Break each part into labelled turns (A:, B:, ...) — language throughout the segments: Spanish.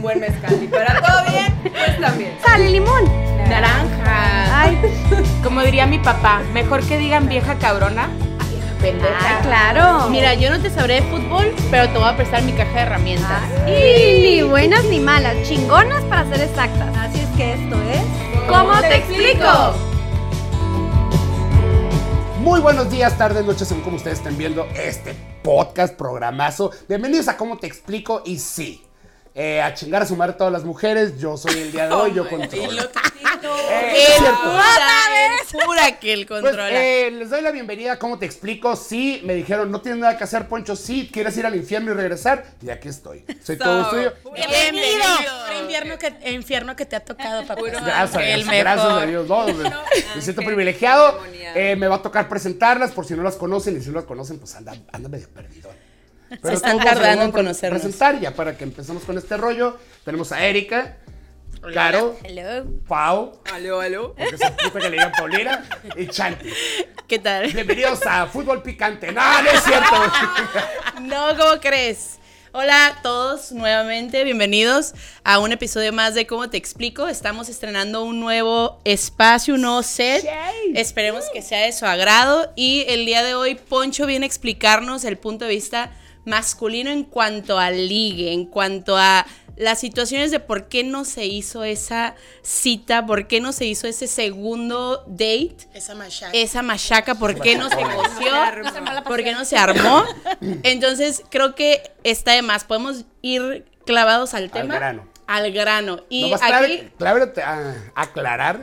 A: buen mezcal. Y para todo bien, pues también.
B: Sale limón.
A: Naranja.
B: Ay,
C: Como diría mi papá, mejor que digan vieja cabrona.
B: ah,
A: Pendeja.
B: claro.
D: Mira, yo no te sabré de fútbol, pero te voy a prestar mi caja de herramientas.
B: Y ni buenas ni malas, chingonas para ser exactas.
E: Así es que esto es.
B: ¿Cómo te explico?
F: Muy buenos días, tardes, noches, según como ustedes estén viendo este podcast, programazo. Bienvenidos a Cómo Te Explico y sí. eh, a chingar a sumar a todas las mujeres, yo soy el día de hoy, yo controlo. Eh, es cierto.
D: Es pura que el
F: Pues,
D: controla.
F: eh, les doy la bienvenida, ¿cómo te explico? Sí, me dijeron, no tienes nada que hacer, Poncho, sí, quieres ir al infierno y regresar, y aquí estoy. Soy todo suyo.
D: Bienvenido. al Infierno que, infierno que te ha tocado, papá.
F: Gracias,
D: el mejor.
F: gracias a Dios. no, me, me siento privilegiado. Eh, me va a tocar presentarlas por si no las conocen y si no las conocen, pues anda, anda medio perdido. Pero
D: están
F: ¿cómo se
D: tardando
F: van a
D: en conocernos.
F: Presentar ya para que empecemos con este rollo. Tenemos a Erika, Caro, Pau,
A: Aló, aló.
F: porque se puta que le digan Paulina, y Chanti.
D: ¿Qué tal?
F: Bienvenidos a Fútbol Picante. No, no es cierto.
D: No, ¿cómo crees? Hola a todos nuevamente, bienvenidos a un episodio más de ¿Cómo te explico? Estamos estrenando un nuevo espacio, un nuevo set. Esperemos que sea de su agrado. Y el día de hoy Poncho viene a explicarnos el punto de vista masculino en cuanto al ligue, en cuanto a las situaciones de por qué no se hizo esa cita, por qué no se hizo ese segundo date,
G: Esa machaca.
D: esa machaca, por qué no se coció,
G: No se armó la
D: por qué no se armó. Entonces creo que está de más. Podemos ir clavados al tema.
F: grano.
D: Al grano. Y
F: Nomás
D: aquí
F: clave- clave- a- aclarar.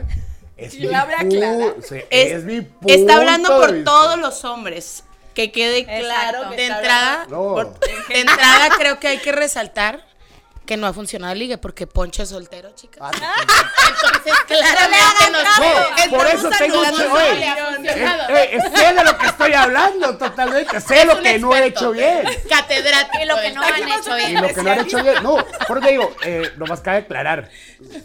F: Es mi,
A: Clave aclarar.
F: pu- sí,
D: es-
F: es mi punto
D: está hablando
F: de
D: por
F: vista.
D: todos los hombres. Que quede claro. que
G: De
D: está
G: entrada,
F: No.
D: por-
G: de entrada creo que hay que resaltar que no ha funcionado el ligue porque Poncho es soltero, chicas.
F: Ah,
G: Entonces, claramente no
F: No, por eso tengo un
G: anulando,
F: oye,
G: no le ha funcionado.
F: eh, eh, sé de lo que estoy hablando totalmente, sé lo
G: un
F: que no he hecho
G: experto.
F: bien.
G: Catedrático.
A: lo que no
G: del-
A: han hecho
F: Y lo que no he hecho bien, no, por eso digo, eh, nomás cabe aclarar,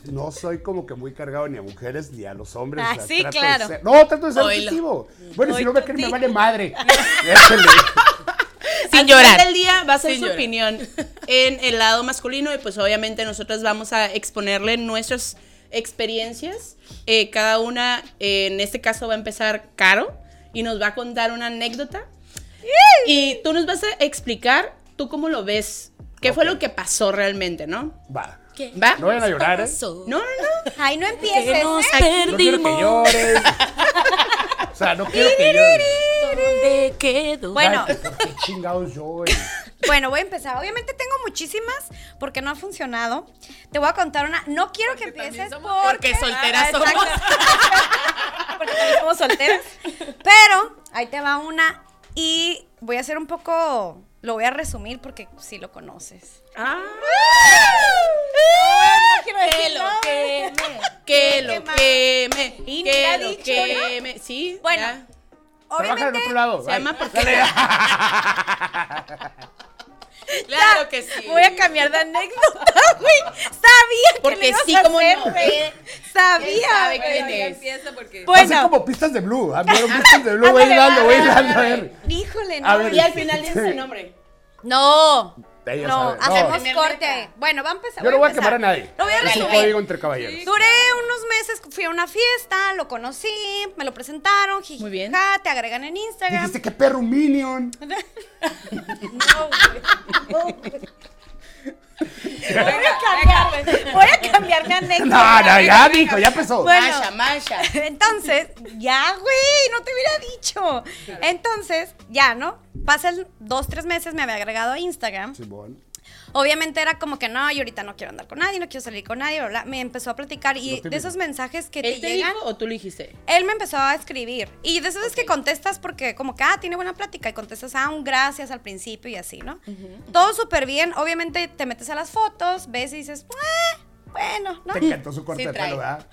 F: no soy como que muy cargado ni a mujeres ni a los hombres.
E: Ah,
F: o sea,
E: sí,
F: trato de
E: claro.
F: ser- no, trato de ser
D: Oilo.
F: objetivo. Bueno, si no me creen, me vale madre.
D: Sin
G: llorar.
D: El día va a ser
G: Sin
D: su
G: llorar.
D: opinión en el lado masculino y pues obviamente nosotros vamos a exponerle nuestras experiencias. Eh, cada una, eh, en este caso va a empezar Caro y nos va a contar una anécdota. Y tú nos vas a explicar tú cómo lo ves, qué fue lo que pasó realmente, ¿no?
F: Va,
D: ¿Va?
F: no vayan a llorar, ¿eh?
D: No, no, no.
B: Ay, no empieces. ¿eh?
F: No quiero que llores. O sea, no quiero que llores.
G: ¿Dónde quedó?
B: Bueno,
F: Ay, ¿por qué chingados llores?
B: bueno, voy a empezar. Obviamente tengo muchísimas porque no ha funcionado. Te voy a contar una. No quiero que empieces porque,
G: Porque
B: Ah,
G: solteras
B: exacto. porque también somos solteras. Pero ahí te va una y voy a hacer un poco. Lo voy a resumir porque sí lo conoces.
D: ah,
B: No quiero
G: Que
B: decir
G: lo
B: nombres.
G: queme.
D: Que lo
B: Quema.
D: queme,
B: Y ni
D: que
B: la
D: lo
B: dicho,
D: queme. Sí,
B: Bueno,
D: ya.
F: Trabaja en
B: Obviamente,
F: otro lado.
D: Se
F: Ay,
D: llama porque-
F: dale.
D: claro que sí.
B: voy a cambiar de anécdota, güey. Sabía que
D: Porque
B: lo ibas
D: sí,
B: a
D: como
B: hacer,
D: no.
B: güey. Sabía.
D: sabe
B: güey.
D: quién es?
A: Empieza porque.
F: Va a ser
B: Bueno,
F: como pistas de blue. A mí eran pistas de blue. Voy
B: ándale,
F: hilando,
B: va,
F: voy
B: va,
F: hilando.
B: va,
F: A ver.
B: Híjole, no.
F: A ver.
D: Y al final dice su nombre.
B: No.
F: Ella
B: no,
F: sabe.
B: hacemos
G: Primer
B: corte. Bueno, va a empezar.
F: Yo no voy a
B: empezar.
F: quemar a nadie.
B: Lo voy a
F: Es un
B: resumir.
F: código entre caballeros.
B: Duré unos meses, fui a una fiesta, lo conocí, me lo presentaron, jiji,
D: Muy bien.
B: jaja, te agregan en Instagram.
F: Dijiste que perro minion.
B: Voy a cambiar, voy a cambiar mi anécdota.
F: No, no, ya dijo, ya empezó.
B: Bueno.
G: Masha, Masha.
B: Entonces, ya, güey, no te hubiera dicho. Entonces, ya, ¿no? Pasan dos, tres meses, me había agregado a Instagram.
F: Simón.
B: Obviamente era como que no, yo ahorita no quiero andar con nadie, no quiero salir con nadie, bla, bla. Me empezó a platicar y
F: típico.
B: de esos mensajes que te
D: ¿Él te
B: llegan,
D: dijo ¿E- o tú lo dijiste?
B: él me empezó a escribir. Y de esas veces que contestas porque como que, ah, tiene buena plática y contestas, ah, un gracias al principio y así, ¿no? Todo súper bien. Obviamente te metes a las fotos, ves y dices, "Ah, bueno, ¿no?
F: Te encantó su corte
G: Sí,
F: de
G: trae.
F: pelo, ¿verdad?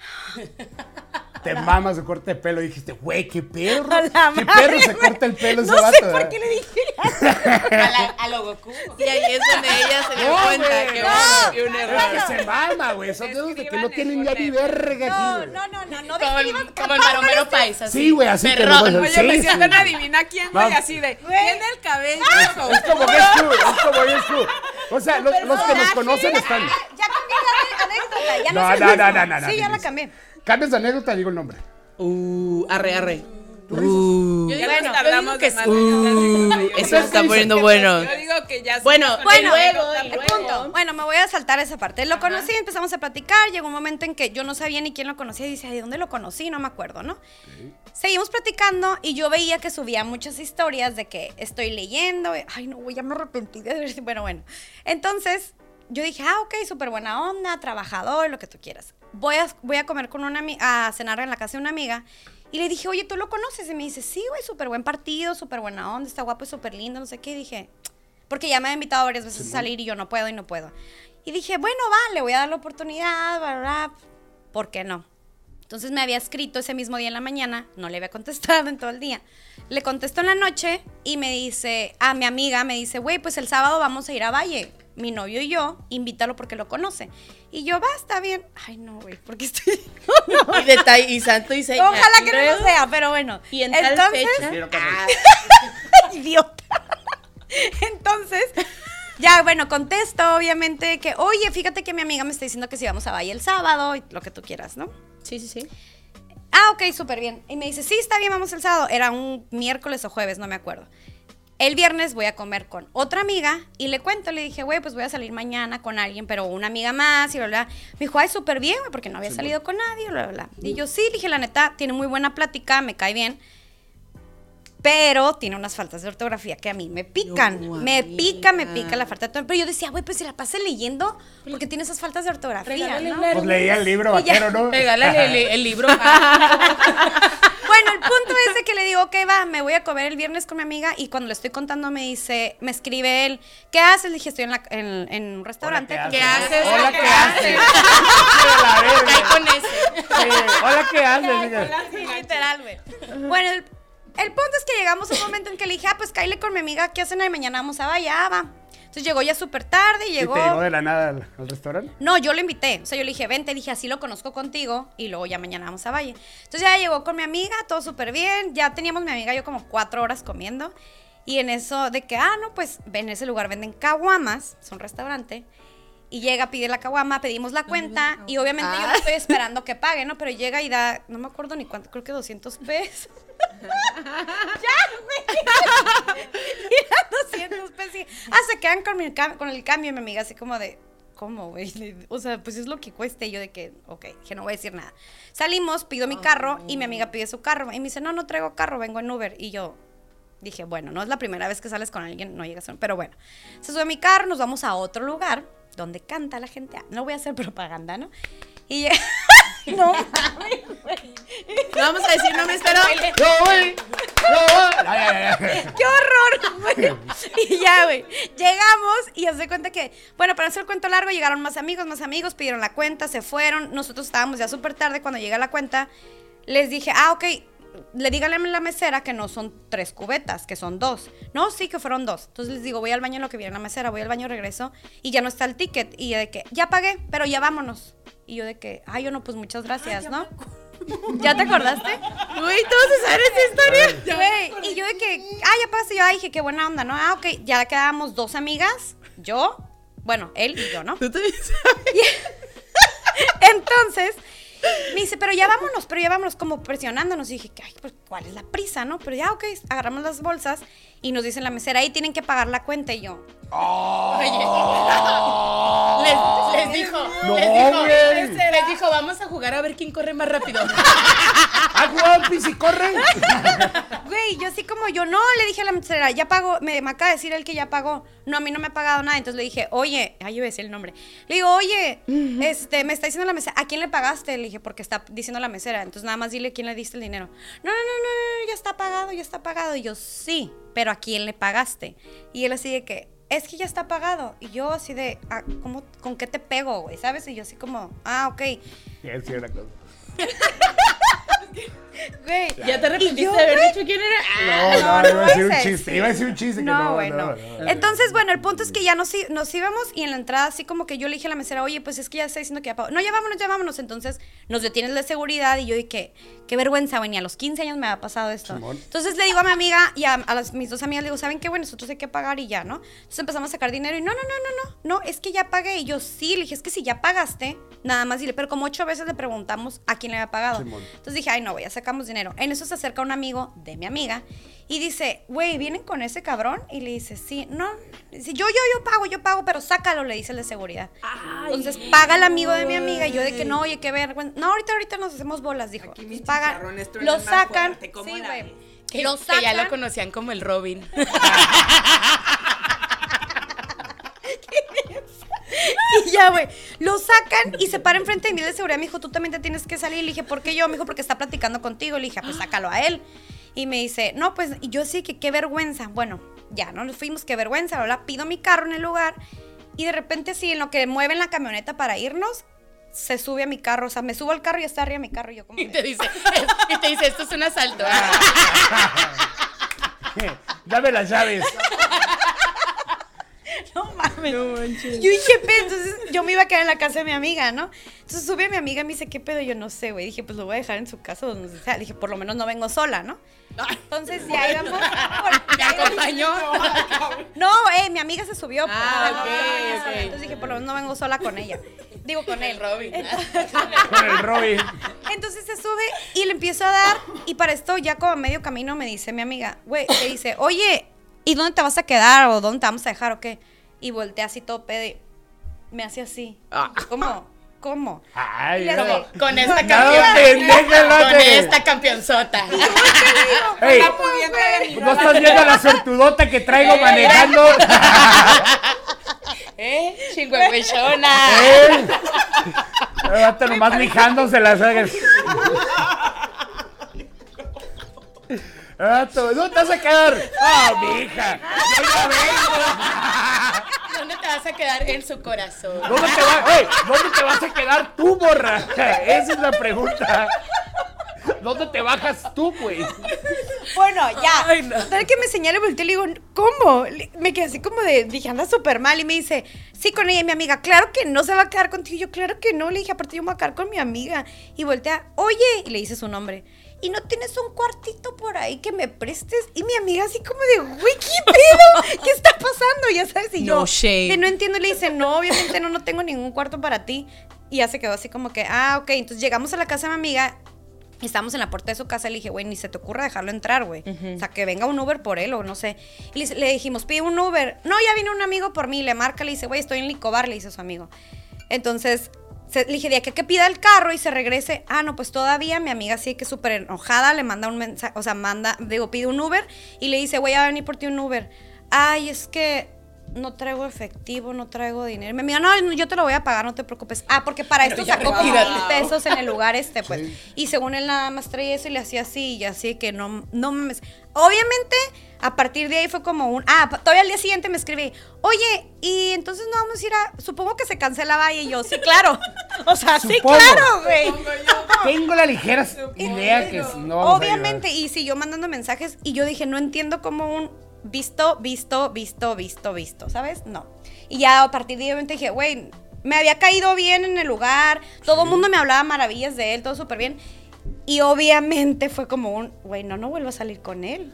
F: Te mamas su corte de pelo. Y dijiste, güey, qué perro.
B: A la madre,
F: Qué perro se
B: güey.
F: corta el pelo ese
B: No
F: vato,
B: sé por
F: ¿verdad?
B: qué le dije.
G: A, la, a lo Goku.
D: Y ahí es donde ella se dio
F: No,
D: cuenta
F: güey,
D: que
F: no.
D: bueno, y un
F: Es
D: error.
F: la que se mama, güey. Son dedos de que no
A: Escriban
F: tienen
A: el
F: ya ni verga aquí,
B: No,
F: güey.
B: no, no, no, no
G: Como el,
B: describas,
G: como el
B: capaz,
G: maromero paisa.
F: Sí, güey, así que no
G: Perrón.
F: puedes-
A: Oye,
F: sí,
A: me
F: sí,
A: sientan
F: güey.
A: a adivinar quién, güey,
F: Vamos.
A: así de.
B: este
A: Tiene el cabello.
F: Es como que es tú, es como que es tú. O sea, los, los que nos
B: Personaje.
F: conocen están.
B: Ya cambié amiga, ya no,
F: No,
B: es el
F: no,
B: mismo.
F: no, no, no, no,
B: Sí, ya la
F: Denise.
B: cambié.
F: Cambias de anécdota, digo el nombre.
D: Uh, arre, arre.
A: Yo digo
B: Bueno,
A: que hablamos de más de una anécdota.
D: eso se está
A: Yo digo
D: poniendo
A: que-
D: bueno.
A: Yo digo que ya. se
D: Bueno,
A: pasó la
B: Bueno,
A: anécdota,
D: y
B: El
A: pero-
D: luego-
B: punto. Bueno, me voy a saltar esa parte. Lo conocí, empezamos a platicar. Llegó un momento en que yo no sabía ni quién lo conocía. Y dice, ¿de dónde lo conocí? No me acuerdo, ¿no? Seguimos platicando y yo veía que subía muchas historias de que estoy leyendo. y, Ay, no, güey, ya me arrepentí de ver. Bueno, bueno. Entonces, yo dije, ah, ok, súper buena onda, trabajador, lo que tú quieras. Voy a, voy a comer con una ami- a cenar en la casa de una amiga. Y le dije, oye, ¿tú lo conoces? Y me dice, sí, güey, súper buen partido, súper buena onda, está guapo, súper lindo, no sé qué. Y dije, porque ya me había invitado varias veces a salir y yo no puedo y no puedo. Y dije, bueno, vale, voy a dar la oportunidad, bla, bla, bla. ¿por qué no? Entonces me había escrito ese mismo día en la mañana, no le había contestado en todo el día. Le contesto en la noche y me dice, a mi amiga me dice, güey, pues el sábado vamos a ir a Valle, mi novio y yo, invítalo porque lo conoce. Y yo, va, está bien. Ay, no, güey, porque estoy...
D: Y detalle, y santo y seña.
B: Ojalá que no
D: Luego-
B: lo sea, pero bueno.
D: Y en tal
B: Entonces-
D: fecha.
F: Quiero que me-
B: idiota. Entonces, ya, bueno, contesto, obviamente, que, oye, fíjate que mi amiga me está diciendo que si vamos a Valle el sábado y lo que tú quieras, ¿no?
D: Sí, sí, sí.
B: Ah, ok, súper bien. Y me dice, sí, está bien, vamos el sábado. Era un miércoles o jueves, no me acuerdo. El viernes voy a comer con otra amiga y le cuento, le dije, güey, pues voy a salir mañana con alguien, pero una amiga más y bla, bla. bla. Me dijo, ay, súper bien, güey, porque no había salido con nadie, bla, bla, bla. Y yo, sí, le dije, la neta, tiene muy buena plática, me cae bien, pero tiene unas faltas de ortografía que a mí me pican.
D: No,
B: me
D: amiga.
B: pica, me pica la falta de ortografía. Pero yo decía, güey, pues si la pasé leyendo, porque tiene esas faltas de ortografía,
D: Regálale
B: ¿no?
D: una-
F: Pues leía el libro
B: Y ya.
F: vaquero, ¿no?
G: Regálale el, el libro. Ah,
B: Bueno, el punto es de que le digo, ok, va, me voy a comer el viernes con mi amiga y cuando le estoy contando me dice, me escribe él, ¿qué haces? Le dije, estoy en, la- en- en un
F: Hola,
B: restaurante.
F: ¿Qué haces?
G: haces?
F: Hola, ¿qué haces? La verga.
G: ahí con ese.
F: Sí, Hola, ¿qué haces? diga.
B: Literal, güey. Bueno, el, el punto es que llegamos a un momento en que le dije, ah, pues cáile con mi amiga, ¿qué hacen ahí? Mañana vamos a Vaya, va. Entonces llegó ya súper tarde,
F: ¿Y
B: llegó...
F: te llegó de la nada al, al restaurante?
B: No, yo lo invité. O sea, yo le dije, vente, dije, así lo conozco contigo y luego ya mañana vamos a Valle. Entonces ya llegó con mi amiga, todo súper bien. Ya teníamos mi amiga y yo como cuatro horas comiendo. Y en eso de que, ah, no, pues en ese lugar venden caguamas, es un restaurante. Y llega, pide la caguama, pedimos la cuenta y obviamente yo no estoy esperando que pague, ¿no? Pero llega y da, no me acuerdo ni cuánto, creo que 200 pesos. Y eran 200 pesos. y, Ah, se quedan con, mi cam- con el cambio. Y mi amiga así como de, ¿cómo, güey? O sea, pues es lo que cueste. Y yo de que, ok, que no voy a decir nada. Salimos, pido mi carro y mi amiga pide su carro. Y me dice, no, no traigo carro, vengo en Uber. Y yo dije, bueno, no es la primera vez que sales con alguien, no llegas a... Pero bueno, se sube a mi carro, nos vamos a otro lugar donde canta la gente. Ah, No voy a hacer propaganda, ¿no? Y llega- no,
D: No vamos a decir nombres, pero.
F: ¡Yo voy! ¡Yo voy! Ay, ay, ay.
B: ¡Qué horror, güey! Y ya, güey. Llegamos y os doy cuenta que, bueno, para no hacer el cuento largo, llegaron más amigos, más amigos, pidieron la cuenta, se fueron. Nosotros estábamos ya súper tarde cuando llega la cuenta. Les dije, ah, ok, le díganle a la mesera que no son tres cubetas, que son dos. No, sí que fueron dos. Entonces les digo, voy al baño en lo que viene la mesera, voy al baño, regreso y ya no está el ticket. Y de que, ya pagué, pero ya vámonos. Y yo de que, ay, yo no, pues muchas gracias, ¿no? ¿Ya te acordaste?
D: Güey, todos se saben esa historia.
B: Güey, y yo de que, ah, ya pasé, yo ah, dije, qué buena onda, ¿no? Ah, ok, ya quedábamos dos amigas, yo, bueno, él y yo, ¿no?
D: Tú también sabes.
B: Entonces, me dice, pero ya vámonos, pero ya vámonos como presionándonos. Y dije, que, ay, pues, ¿cuál es la prisa, no? Pero ya, ok, agarramos las bolsas y nos dicen la mesera, ahí tienen que pagar la cuenta. Y yo,
G: Les, les dijo.
F: No,
G: les dijo.
F: güey.
G: Les dijo, vamos a jugar a ver quién corre más rápido.
F: ¿Has jugado al pis y corre?
B: Güey, yo así como yo no, le dije a la mesera, ya pagó, me, me acaba de decir él que ya pagó. No, a mí no me ha pagado nada. Entonces le dije, oye, ay, yo iba a decir el nombre. Le digo, oye, este, me está diciendo la mesera, ¿a quién le pagaste? Le dije, porque está diciendo la mesera. Entonces nada más dile quién le diste el dinero. No, no, no, no, no, ya está pagado, ya está pagado. Y yo, sí, pero ¿a quién le pagaste? Y él así de que, es que ya está pagado. Y yo así de, "Ah, ¿cómo, ¿con qué te pego, güey? ¿Sabes? Y yo así como, ah, ok.
F: Sí, sí, una cosa.
B: Güey.
D: Ya te arrepentiste
B: yo,
D: de haber
B: güey?
D: dicho quién era.
F: No, no,
B: Ah, no,
F: iba a decir un
B: ese,
F: chiste.
B: sí.
F: Iba a decir un chiste que
B: No,
F: no.
B: bueno. Entonces, bueno, el punto es que ya nos, i- nos íbamos y en la entrada así como que yo le dije a la mesera, oye, pues es que ya está diciendo que ya pagó. No, ya vámonos, ya vámonos. Entonces nos detienes la seguridad y yo dije, qué vergüenza, güey, ni a los 15 años me ha pasado esto.
F: Simón.
B: Entonces le digo a mi amiga y a, a las- mis dos amigas, le digo, ¿saben qué, güey? Nosotros hay que pagar y ya, ¿no? Entonces empezamos a sacar dinero y no, no, no, no, no, no, es que ya pagué. Y yo sí, le dije, es que si ya pagaste, nada más dile, pero como ocho veces le preguntamos a quién le había pagado.
F: Simón.
B: Entonces dije, ay, no, güey, ya sacamos dinero. En eso se acerca un amigo de mi amiga y dice, güey, ¿vienen con ese cabrón? Y le dice, sí, no. Dice, yo, yo, yo pago, yo pago, pero sácalo, le dice el de seguridad. Entonces paga el amigo de mi amiga y yo de que no, oye, qué vergüenza. No, ahorita, ahorita nos hacemos bolas, dijo.
A: Aquí mis
B: Entonces, paga,
A: chicharrones truenan
B: lo
A: más
B: sacan.
A: fuerte, ¿cómo
B: Sí,
A: la
B: güey.
A: ves?
G: Que,
B: Lo
G: que ya
B: sacan.
G: lo conocían como el Robin.
B: Y ya, güey. Lo sacan y se para enfrente de mí el de seguridad. Me dijo, tú también te tienes que salir. Le dije, ¿por qué yo? Me dijo, porque está platicando contigo. Le dije, "Ah, pues sácalo a él. Y me dice, no, pues y yo sí, que qué vergüenza. Bueno, ya, no nos fuimos, qué vergüenza. Ahora pido mi carro en el lugar. Y de repente, sí, en lo que mueven la camioneta para irnos, se sube a mi carro. O sea, me subo al carro y está arriba de mi carro. Y yo, como.
G: y,
B: de-
G: te dice, y te dice, esto es un asalto.
D: Ah,
F: Dame las llaves.
B: No mames. Yo dije, "Pe", entonces yo me iba a quedar en la casa de mi amiga, ¿no? Entonces sube a mi amiga y me dice, ¿qué pedo? Yo no sé, güey. Dije, pues lo voy a dejar en su casa donde sea. Dije, por lo menos no vengo sola, ¿no? Entonces ya íbamos. por-
G: Te acompañó.
B: No, eh, mi amiga se subió. pues,
D: Ah,
B: no,
D: ok,
B: no venía sola.
D: ok.
B: Entonces dije, por lo menos no vengo sola con ella. Digo, con él.
G: Robin.
F: Con el Robin.
B: Entonces se sube y le empiezo a dar. Y para esto, ya como a medio camino, me dice mi amiga, güey, te dice, oye, ¿y dónde te vas a quedar? ¿O dónde te vamos a dejar? ¿O qué? Y voltea así todo pedo y me hace así. ¿Cómo? ¿Cómo?
F: Ay,
B: Y le
F: no.
B: hace-
G: Con esta
F: No,
G: campeona.
F: pendeja, no
G: Con
F: te-
G: esta campeonzota.
F: Ey,
A: La pudiente de mi
F: Pues ¿No estás viendo la suertudota que traigo manejando?
G: ¿Eh? Chingüengüechona.
F: ¿Eh? Me va a estar nomás lijándose las hagas. Ah, tú, ¿Dónde te vas a quedar? ¡Ah, mija! ¡Yo ya vengo!
G: ¿Dónde te vas a quedar en su corazón?
F: ¿Dónde te, va- ey, ¿Dónde te vas a quedar tú, borra? Esa es la pregunta. ¿Dónde te bajas tú, güey?
B: Bueno, ya. Tal que me señale, volteé y le digo, ¿cómo? Le- Me quedé así como de, dije, anda súper mal. Y me dice, sí, con ella. Y mi amiga, claro que no se va a quedar contigo. Y yo, claro que no. Le dije, aparte yo me voy a quedar con mi amiga. Y voltea, oye, y le dice su nombre. Y no tienes un cuartito por ahí que me prestes. Y mi amiga así como de, güey, ¿qué pedo? ¿Qué está pasando? Ya sabes, y yo.
D: No shade.
B: de no entiendo. Y le dice, no, obviamente no, no tengo ningún cuarto para ti. Y ya se quedó así como que, ah, ok. Entonces llegamos a la casa de mi amiga. Y Estábamos en la puerta de su casa, le dije, güey, ni se te ocurra dejarlo entrar, güey. O sea, que venga un Uber por él o no sé. Y le, le dijimos, pide un Uber. No, ya vino un amigo por mí, le marca, le dice, güey, estoy en Licobar, le dice su amigo. Entonces, se- le dije, de aquí a que pida el carro y se regrese. Ah, no, pues todavía mi amiga sí que súper enojada, le manda un mensaje, o sea, manda, digo, pide un Uber y le dice, güey, ya va a venir por ti un Uber. Ay, es que no traigo efectivo, no traigo dinero. Mi amiga, no, no, yo te lo voy a pagar, no te preocupes. Ah, porque para esto sacó como mil pesos en el lugar este, pues. Y según él nada más traía eso y le hacía así, y así que no, no mames. Obviamente, a partir de ahí fue como un. Ah, pa- todavía al día siguiente me escribí, oye, y entonces no vamos a ir a. Supongo que se cancela Valle y yo, sí, claro. O sea, sí,
F: Supongo.
B: claro, güey.
F: Tengo la ligera idea que si no. vamos a
B: Obviamente, y siguió mandando mensajes y yo dije, no entiendo cómo un visto, visto, visto, visto, visto, ¿sabes? No. Y ya a partir de ahí obviamente, dije, güey, me había caído bien en el lugar, todo el mundo me hablaba maravillas de él, todo súper bien. Y obviamente fue como un, güey, no, no vuelvo a salir con él.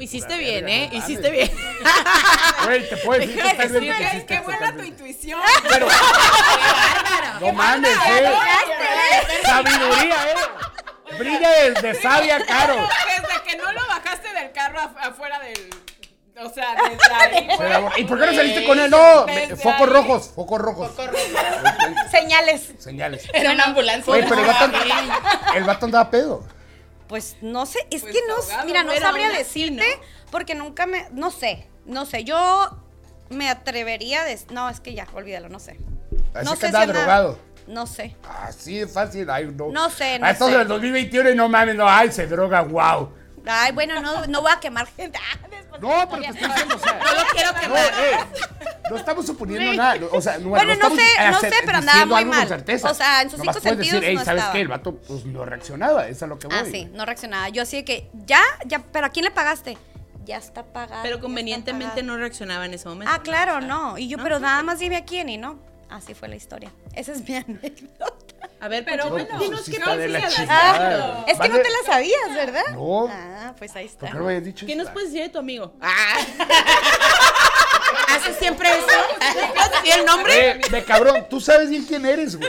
D: Hiciste bien, ¿eh? Hiciste bien.
F: ayudar. Güey, te puedo decir totalmente que
A: Qué-
F: hiciste
A: Qué buena tu
F: totalmente.
A: intuición.
F: Pero. No mames, eh. Sabiduría, eh. Brilla desde sabia, caro.
A: Desde que no lo bajaste del carro af- afuera del. O sea, desde ahí.
F: Se la- ¿Y por qué no saliste con él? No, me-
A: Desde
F: focos
A: ahí.
F: rojos, focos rojos. Ok,
B: Señales.
F: Señales.
G: Era una ambulancia.
F: Oye, pero el vato, el vato andaba pedo.
B: Pues no sé, es
A: Pues
B: que no,
A: ahogado,
B: mira, no
A: pero
B: sabría
A: aún
B: decirte
A: así,
B: porque nunca me, no sé, no sé, yo me atrevería a decir, no, es que ya, olvídalo, no sé.
F: Así
B: no
F: que andaba
B: andaba-
F: drogado.
B: No sé.
F: Así de fácil, ay, no.
B: No sé, no
F: Ah, Estamos
B: sé.
F: en el 2021 y no mames, no, ay, se droga, wow.
B: Ay, bueno, no, no voy a quemar gente. Ah, después-
F: No, pero te estoy diciendo, o sea.
D: No lo quiero
F: No,
D: quemar.
F: eh, No estamos suponiendo nada. no, O sea, no,
B: Bueno, no
F: estamos
B: sé, no
F: hacer-
B: sé, pero andaba
F: diciendo
B: muy
F: algo con
B: mal.
F: certeza.
B: O sea, en sus
F: Nomás
B: cinco
F: puedes decir,
B: sentidos
F: "Ey,
B: no
F: ¿sabes
B: estaba".
F: qué? El vato pues, no reaccionaba. Es a lo que voy.
B: Ah, sí, no reaccionaba. Yo así de que, ya, ya, pero ¿a quién le pagaste? Ya está pagado. ya
D: Pero
B: está
D: convenientemente
B: pagado.
D: no reaccionaba en ese momento.
B: Ah, claro, no. Y yo, pero nada más dime a quién y no. Así fue la historia. Esa es mi anécdota.
G: Ah,
D: A ver,
A: Pero
D: pero
A: bueno,
D: bueno,
A: dinos
F: pues, sí
A: qué
F: está
A: más
F: de la
A: hiciste.
F: chingada.
B: Es que no
F: Ah, Vale,
B: te la sabías, ¿verdad?
F: No.
B: Ah, pues ahí está.
F: ¿Por qué no me habías dicho
D: ¿qué nos
F: esta?
D: puedes decir de tu amigo?
G: Ah. ¿Hace siempre eso? ¿Y el nombre?
F: Eh, de cabrón, tú sabes bien quién eres, güey.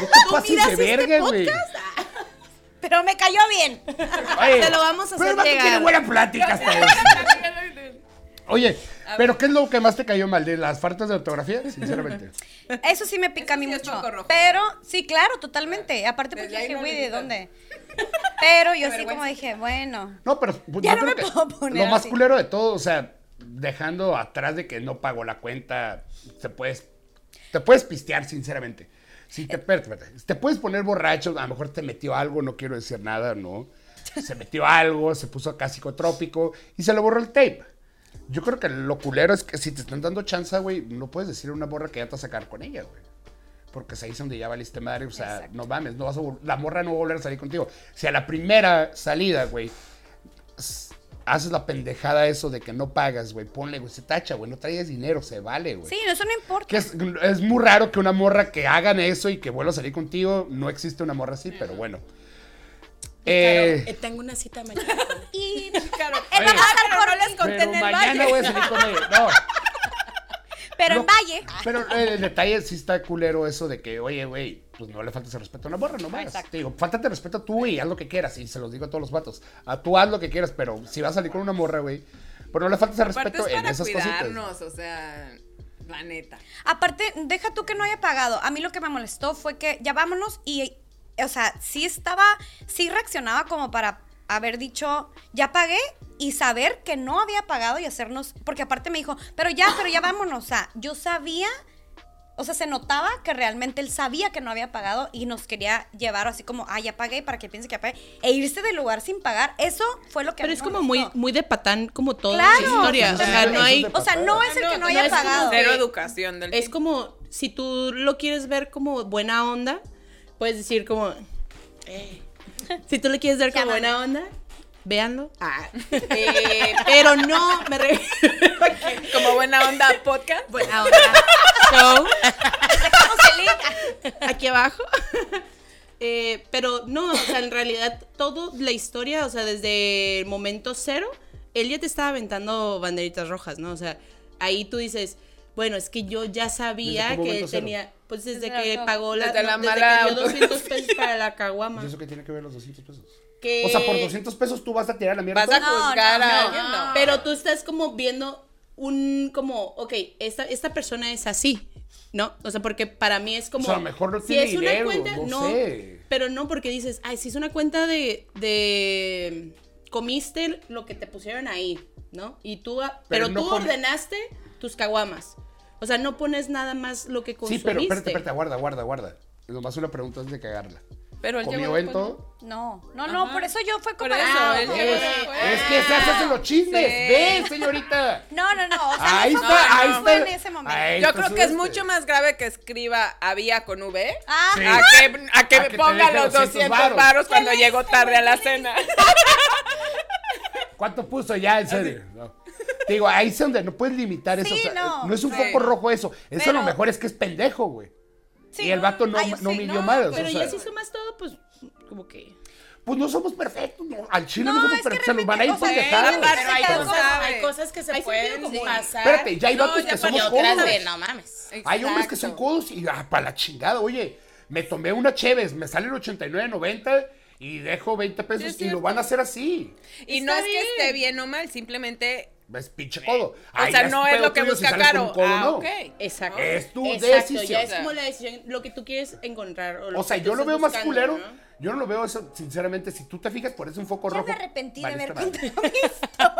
F: No te pases de
B: este
F: verga, güey.
B: Pero me cayó bien.
F: Oye,
D: Te lo vamos a
F: pero el
D: hacer
F: vato
D: llegar.
F: tiene buena plática hasta eso. Oye, ¿pero qué es lo que más te cayó mal? ¿De las faltas de ortografía? Sinceramente.
B: Eso sí me pica a mí
A: sí es
B: mucho.
A: foco rojo.
B: Pero, sí, claro, totalmente. Aparte porque
A: Desde ahí
B: dije,
A: no
B: güey, ¿de
A: necesitas.
B: dónde? Pero yo
A: Qué
B: sí como
A: vergüenza.
B: dije, bueno.
F: No, pero pues,
B: Ya
F: yo
B: no
F: creo
B: me
F: que
B: puedo poner
F: Lo más
B: así.
F: culero de todo, o sea, dejando atrás de que no pagó la cuenta, te puedes, te puedes pistear, sinceramente. Si
B: Eh.
F: te, espérate, espérate. Si te puedes poner borracho, a lo mejor te metió algo, no quiero decir nada, ¿no? Se metió algo, se puso acá psicotrópico y se le borró el tape. Yo creo que lo culero es que si te están dando chance, güey, no puedes decir a una borra que ya te vas a sacar con ella, güey. Porque se es donde ya valiste madre, o sea, no mames, no vas a, vol- la morra no va a volver a salir contigo. Si a la primera salida, güey, haces la pendejada eso de que no pagas, güey. Ponle, güey, se tacha, güey. No traes dinero, se vale, güey.
B: Sí, no, eso no importa.
F: Que es, es muy raro que una morra que hagan eso y que vuelva a salir contigo, no existe una morra así, pero bueno. Eh,
G: Eh, tengo una cita mañana.
B: Y
A: Claro.
B: Él va a
A: Ah,
B: pasar
A: pero
B: por
A: no les
B: mí.
A: conté
F: pero
A: en el
F: mañana
A: valle.
F: voy a salir con ella. No,
B: Pero
F: lo-
B: en Valle.
F: Pero el, el detalle sí está culero eso de que, oye, güey, pues no le faltes el respeto a una morra, no más. Te digo, faltate el respeto tú y haz lo que quieras. Y se los digo a todos los vatos. A tú haz lo que quieras, pero si vas a salir con una morra, güey, pues no le faltes el
A: Aparte
F: respeto
A: es
F: en
A: para
F: esas cositas.
A: cuidarnos, o sea, la neta.
B: Aparte, deja tú que no haya pagado. A mí lo que me molestó fue que ya vámonos y, o sea, sí estaba, sí reaccionaba como para haber dicho, ya pagué y saber que no había pagado y hacernos, porque aparte me dijo, pero ya, pero ya vámonos. O sea, yo sabía, o sea, se notaba que realmente él sabía que no había pagado y nos quería llevar así como, ah, ya pagué para que piense que ya pagué e irse del lugar sin pagar. Eso fue lo que a
D: Pero
B: mí
D: es
B: me
D: como muy,
B: molestó.
D: muy de patán, como toda la
B: Claro,
D: historia. O sea,
F: totalmente.
D: no hay.
B: o sea, no es el que no, haya
D: es como
B: pagado.
D: de-
A: Cero educación del
D: Es como si tú lo quieres ver como buena onda, puedes decir como. eh, Si tú le quieres ver como buena onda, véanlo. Ah, eh, pero no, me re-
A: Como buena onda podcast. pues,
D: Buena onda. Show.
B: Como Selena.
D: aquí abajo. Eh, pero no, o sea, en realidad toda la historia, o sea, desde el momento cero, él ya te estaba aventando banderitas rojas, ¿no? O sea, ahí tú dices, bueno, es que yo ya
F: ¿Desde
D: sabía
F: qué
D: que
F: momento
D: él
F: cero?
D: tenía, pues desde,
B: Desde
D: que
B: la-
D: pagó la,
A: desde la
D: no, desde
A: mala
D: que dio 200 pesos para la caguama.
F: ¿Y eso qué tiene que ver los 200 pesos?
D: Que-
F: O sea, por 200 pesos tú vas a tirar la mierda.
A: Eh, Vas a
B: No,
A: juzgar
B: no,
A: a
B: no.
A: alguien, no.
D: Pero tú estás como viendo un, como, ok, esta, esta persona es así, ¿no? O sea, porque para mí es como...
F: O sea, a lo mejor no tiene dinero, no sé.
D: Pero no, porque dices, ay, si es una cuenta de, de, comiste lo que te pusieron ahí, ¿no? Y tú, ah,
F: Pero
D: pero,
F: no
D: tú
F: comi-
D: ordenaste tus caguamas. O sea, no pones nada más lo que
F: Sí,
D: consumiste.
F: pero espérate, espérate, guarda, guarda, guarda. Nomás una pregunta antes de cagarla.
A: Pero él llegó
F: ¿Comió
A: después,
F: en
A: ¿no?
F: todo?
B: No, no, no, por eso yo fue
A: Por
B: como "Ah,
A: eso, él
B: no,
A: llegó
F: Es,
A: después.
F: es que se hacen los chismes.
A: Ah, Sí.
F: Ve, señorita.
B: pues". no, no, no, o sea,
F: Ahí
B: no
F: está,
B: fue-
F: ahí
B: no
F: está.
B: fue en ese momento.
F: Ahí
A: Yo
F: está
A: creo
F: su
A: que es
F: este.
A: mucho más grave que escriba había con V
B: Ah. Sí.
A: a que, a que
F: A
A: me
F: que te
A: ponga
F: deje
A: los
F: 200
A: 200
F: varos.
A: varos, cuando llegó tarde a la cena.
F: ¿Cuánto puso ya? En serio. No. Te digo, ahí es donde no puedes limitar eso.
B: Sí,
F: o sea, no.
B: no.
F: es un
A: Sí.
F: foco rojo eso. Eso a lo
B: Pero-
F: mejor es que es pendejo, güey.
B: Sí,
F: y el vato no,
B: ay,
F: no
B: sí,
F: midió
B: no,
F: madres, o
D: Pero
F: sea,
D: ya si sumas todo, pues, como que...
F: Pues no somos perfectos. no, Al chile no,
B: No,
F: somos
B: es que
F: perfectos. Se nos van a ir
B: realmente,
F: por
B: o sea,
F: dejar.
A: aparte
G: Pero hay
A: cada
G: cosas,
A: cosa-
G: hay cosas que se
D: Hay
G: pueden
D: sentido común.
G: pasar.
F: Espérate, ya hay
A: No,
F: vatos
A: ya para
F: que
G: Y
F: somos
G: otras
F: codos.
G: de, no mames.
F: Hay hombres que son codos y ah, para la chingada, oye, me tomé una Cheves, me salen 89, 90 y dejo 20 pesos y lo van a hacer así.
A: Y no es
D: Está
A: que
D: bien.
A: esté bien o mal, simplemente.
F: Es pinche codo.
A: O sea, no es lo que busca Caro.
F: Codo,
A: ah,
F: no.
A: ok.
D: Exacto.
F: Es tu
D: Exacto,
F: decisión.
D: ya es como la decisión, lo que tú quieres encontrar. O, lo
F: O sea,
D: que tú
F: yo lo
D: estás
F: veo más
D: buscando,
F: culero.
D: ¿no?
F: Yo no lo veo eso, sinceramente, si tú te fijas, por eso un foco
B: Ya
F: rojo.
B: me arrepentí de
F: valiste
B: haber
F: madre.
B: contado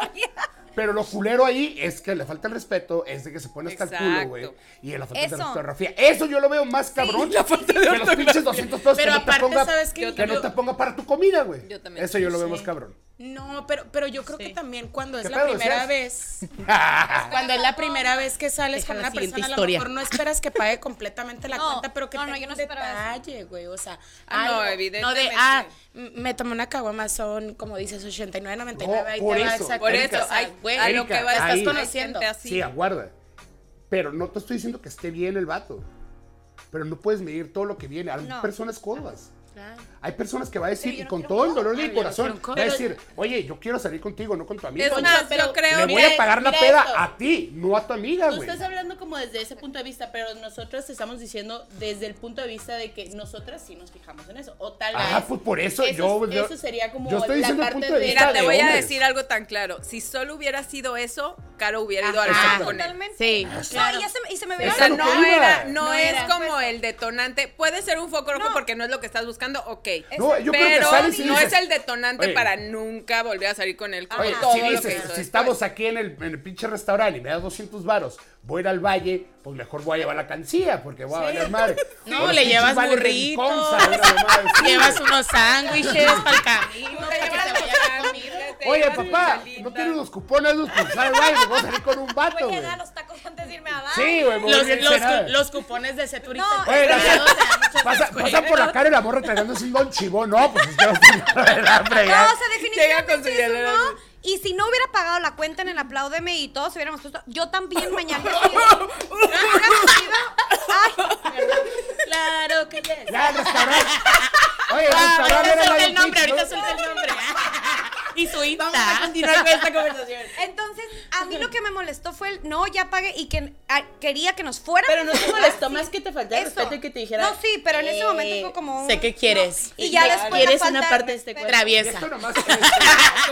B: mi historia.
F: Pero lo culero ahí es que le falta el respeto, es de que se pone hasta el culo,
A: Exacto.
F: güey. Y en la falta de
B: Eso.
F: ortografía. Eso yo lo veo más cabrón
A: la falta de
F: que los pinches 200 pesos
G: Pero
F: que no te
G: aparte,
F: ponga,
G: ¿sabes qué?
F: que no
G: Yo-
F: te ponga para tu comida, güey.
A: Yo también.
F: Eso yo lo veo más cabrón.
G: No, pero, pero yo creo que también cuando es
F: ¿Qué
G: la
F: pedo,
G: primera
F: decías?
G: vez, cuando es la primera vez que sales
D: Deja
G: con
D: la
G: una
D: siguiente
G: persona,
D: historia.
G: a lo mejor no esperas que pague completamente la
B: No,
G: cuenta, pero que
B: no, no,
G: tenga
B: yo no
G: un
B: esperaba
G: detalle, güey, o sea,
A: Ah, no,
G: algo. No
A: evidentemente.
G: de, ah, m- me tomé una caguama, son, como dices, 89, 99,
F: No,
G: ahí
F: por
G: te va
F: eso,
G: esa
A: Por
G: cuenta,
A: eso,
G: o sea,
A: ay, güey,
F: Erika,
A: a lo que va
F: ahí.
A: estás
G: conociendo.
A: conociendo.
F: Sí,
A: Así.
F: aguarda. Pero no te estoy diciendo que esté bien el vato. Pero no puedes medir todo lo que viene. Hay
B: No.
F: personas codas.
G: Claro.
F: Hay personas que va a decir,
B: Pero yo
F: y
B: no
F: con
B: quiero
F: todo el dolor
G: Ay,
F: del
G: yo no
F: corazón,
G: quiero
F: va
G: codas.
F: a decir, oye, yo quiero salir contigo, no con tu amigo.
A: Es
F: Oye,
A: más,
D: pero-
A: yo creo
F: Le
D: mira
F: voy a pagar la
D: mira
F: peda
D: esto.
F: a ti, no a tu amiga,
D: Tú
F: güey.
D: estás hablando como desde ese punto de vista, pero nosotras te estamos diciendo desde el punto de vista de que nosotras sí nos fijamos en eso. O tal vez.
F: Ah, pues por eso, yo,
D: es-
F: yo-
D: eso sería como
F: yo estoy
D: la
F: diciendo el
D: parte
F: punto de
D: de-
F: vista
D: Mira,
A: Mira, te
F: de
A: voy a
F: hombres.
A: decir algo tan claro. Si solo hubiera sido eso, Caro hubiera ido al
F: Ajá.
A: bar con él.
B: Totalmente.
G: Sí,
B: No,
G: claro.
B: y, ya se, me- y se me
A: O
B: vieron
A: sea,
F: Eso es lo
A: no
F: que iba.
A: era, no,
B: No
A: es
B: era.
A: como el detonante. Puede ser un foco rojo
B: No.
A: porque no es lo que estás buscando, ok.
F: No, yo creo que
A: pero
F: sales y
A: no
F: dices,
A: es el detonante
F: "Oye".
A: para nunca volver a salir con él con
F: Oye,
A: todo
F: si
A: lo que
F: dices,
A: hizo
F: si
A: después.
F: estamos aquí en el, en el pinche restaurante y me das 200 varos, voy a ir al valle, pues mejor voy a llevar la cancilla, porque voy a valer madre.
G: No,
F: Con los
G: le
F: pinches
G: llevas
F: vales del
G: burritos.
F: Consa, una mamada así.
G: Llevas unos sándwiches para el camino.
A: Te
G: para que
A: llevas
G: se
A: la
G: vaya
A: comida,
G: comiendo.
A: te
F: Oye,
A: llevas
F: papá,
A: tus
F: ¿no
A: alitas.
F: tienes los cupones los pulsar al baile? Voy a salir con un vato,
B: Voy a
F: güey.
B: dar los tacos antes de irme a dar.
F: Sí, güey, me voy
G: Los,
F: bien
G: los,
F: cenada.
G: los cupones de ese turista.
B: No,
F: Oye, la-
G: Claro, te dan muchas
F: pasa,
G: descuentos.
F: pasa por la cara y la morra tragándose un don chivón, no, pues es que no tiene la
B: No,
F: fregada.
A: Llega con
B: o sea,
A: su
B: definitivamente eso
A: hielera.
B: no. Y si no hubiera pagado la cuenta en el apláudeme y todos hubiéramos puesto, yo también mañana hubiera sido- Ay,
G: Claro que yes.
F: Ya, el restaurante. Oye, el
G: Ah,
F: restaurante
G: ahorita
F: era
G: suelta el
F: Lion
G: nombre,
F: King, ¿no?
G: ahorita suelta el nombre. Y su Insta.
D: Vamos a continuar con esta conversación.
B: Entonces, a mí lo que me molestó fue el no, ya pagué y que ah, quería que nos fuera.
D: Pero no te molestó más que te faltara el respeto y que te dijera.
B: Ah, No, sí, pero en ese
D: eh,
B: momento fue como. un-
G: sé que quieres.
B: no, Y ya
D: Sé que
B: después. la
D: quieres
B: falta
D: una
B: de
D: parte de este
B: respeto.
D: cuerpo.
F: Y
G: Traviesa.
F: esto nomás. este,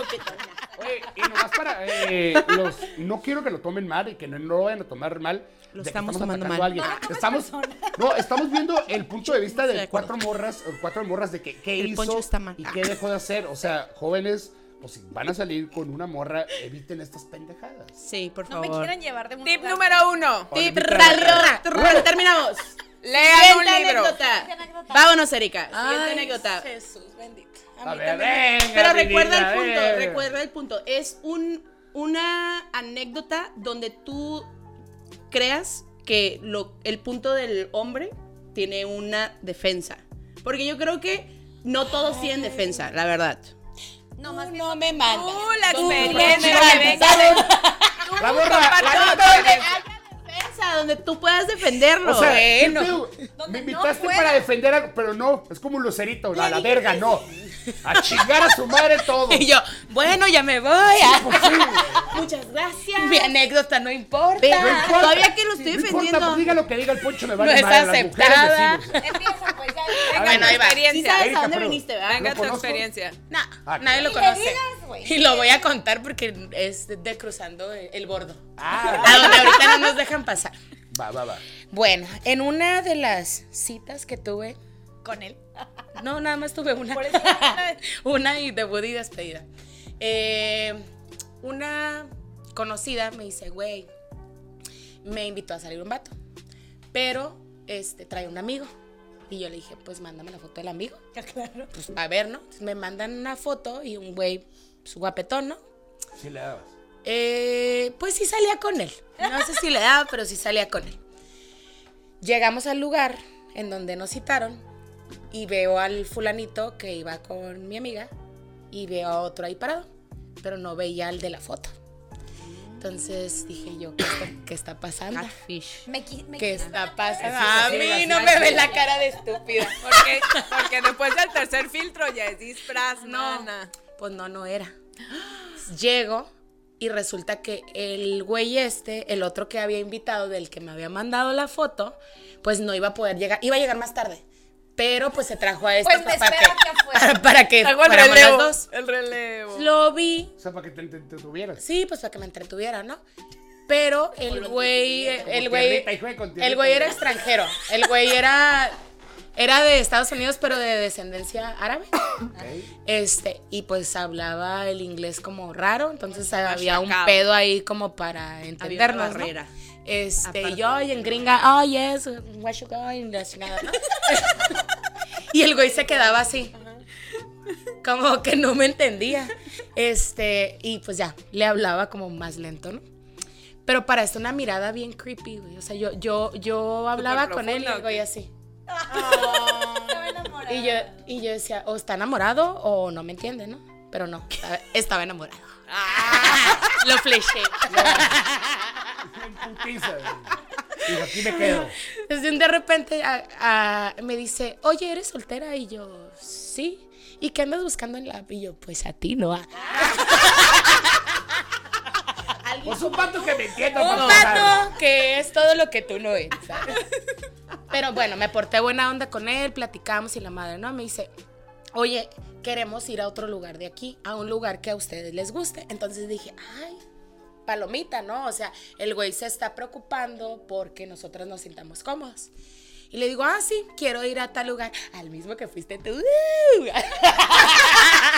F: Oye, y nomás para eh, los. No quiero que lo tomen mal y que no, no lo vayan a tomar mal.
D: Lo
F: de que
D: estamos tomando
F: atacando
D: mal.
F: a alguien. estamos, no, estamos viendo el punto de vista de cuatro morras, o cuatro morras de que qué
D: El
F: hizo
D: poncho está mal.
F: y qué dejó de hacer. O sea, jóvenes, pues si van a salir con una morra, eviten estas pendejadas.
D: Sí, por
B: No me
D: favor.
B: quieran llevar de un
A: Tip
B: lugar.
A: número uno.
F: Tip
D: Trarra, trarra, Terminamos.
A: Lean un
D: Siguiente
A: libro.
D: anécdota. Vámonos, Erika. Siguiente anécdota.
G: Jesús bendito.
F: A ver, venga,
D: Pero
F: mi
D: recuerda
F: niña,
D: el punto,
F: venga.
D: recuerda el punto. Es un, una anécdota donde tú creas que lo, el punto del hombre tiene una defensa. Porque yo creo que no todos tienen defensa, la verdad.
B: No, más bien.
G: No me mandas.
A: Uh, la
D: Tú no
A: experiencia
D: me
A: que venga
D: mandas.
F: La morra, la
A: Comparto
F: neta,
A: con el-
D: Defensa, donde tú puedas defenderlo.
F: O sea, ¿qué
D: Bueno.
F: pedo? me
B: Donde
F: invitaste
B: no pueda.
F: para defender algo, pero no, es como un lucerito, a la verga, no. A chingar a su madre todo.
G: Y yo, bueno, ya me voy. ah,
F: Pues sí, güey.
D: Muchas gracias.
G: Mi anécdota no importa.
D: Ve-
F: No importa.
D: Todavía que lo
F: No
D: estoy defendiendo.
F: Importa, pues diga lo que diga el poncho, me
G: No
F: vale
G: es
F: madre, las mujeres
G: aceptada.
F: decimos.
B: Empieza, pues ya.
A: Venga,
F: Bueno,
A: tu
F: ahí va.
D: Sí
A: experiencia.
D: sabes
F: Erika,
D: a dónde
F: pero-
D: viniste, ¿verdad?
A: Venga
F: ¿Lo
A: tu
F: conozco?
A: experiencia.
G: Nah,
F: Ah,
G: nadie lo
B: claro. Ni
G: conoce.
B: le digas, güey.
G: Y lo voy a contar porque es de, de cruzando el bordo.
F: Ah,
G: A donde ahorita no nos dejan pasar.
F: va, va, va.
G: Bueno, en una de las citas que tuve con él, no, nada más tuve una. una y debut y despedida. Eh, una conocida me dice, güey, me invitó a salir un vato, pero este, trae un amigo. Y yo le dije, pues mándame la foto del amigo. Pues a ver, ¿no? Entonces, me mandan una foto y un güey, su guapetón, ¿no?
F: Sí le dabas.
G: Eh, pues sí salía con él. No sé si le daba, pero sí salía con él. Llegamos al lugar en donde nos citaron y veo al fulanito que iba con mi amiga y veo a otro ahí parado, pero no veía al de la foto. Entonces dije yo, ¿qué está, qué está pasando?
D: Catfish.
B: Me qui- me
G: ¿Qué
B: quitaron
G: está
B: la-
G: pasando?
F: Ah,
G: A
F: sí,
G: mí
F: sí,
G: no
F: sí,
G: me
F: sí.
G: ve la cara de estúpida.
A: Porque, porque después del tercer filtro ya es disfraz,
G: No,
A: nana.
G: pues no, no era. Llego y resulta que el güey este, el otro que había invitado, del que me había mandado la foto, pues no iba a poder llegar, iba a llegar más tarde. Pero pues se trajo a esta
B: Pues me
G: para,
B: espero
G: que,
B: aquí afuera.
G: para, para que
A: Hago el
G: fuéramos
A: relevo.
G: las
A: El relevo.
G: dos. Lo vi,
F: O sea, para que te, te, te tuvieras.
G: sí, pues para que me entretuviera, ¿no? Pero el güey,
F: como
G: el güey,
F: tierrita, y juega con tierrita.
G: el güey era extranjero, el güey era, era de Estados Unidos, pero de descendencia árabe.
F: ¿ok?
G: Este, y pues hablaba el inglés como raro, entonces había un
A: machacado.
G: pedo ahí como para entendernos. ¿no?
D: barrera.
G: Este,
D: Aparte.
G: yo y en gringa, oh yes, what you going, la chingada, ¿no? y el güey se quedaba así. como que no me entendía. Este, y pues ya, le hablaba como más lento, ¿no? Pero para esto una mirada bien creepy, güey. O sea, yo, yo, yo hablaba con él y
A: profunda, ¿o
G: algo
A: qué?
G: y así. Y yo, y yo decía, o está enamorado o no me entiende, ¿no? Pero no, estaba- estaba enamorado. Lo fleché.
F: En putiza, güey. Dijo, aquí me quedo.
G: Entonces de repente a- a- me dice, oye, ¿eres soltera? Y yo, sí. ¿Y qué andas buscando en la app? Y yo, pues a ti, no. a-".
F: Pues un pato que me entienda.
G: Un
F: pato.
G: pato que es todo lo que tú no eres, ¿sabes? Pero bueno, me porté buena onda con él, platicamos y la madre, ¿no? Me dice, oye, queremos ir a otro lugar de aquí, a un lugar que a ustedes les guste. Entonces dije, ay, palomita, ¿no? O sea, el güey se está preocupando porque nosotras nos sintamos cómodas. Y le digo, ah, sí, quiero ir a tal lugar, al mismo que fuiste tú.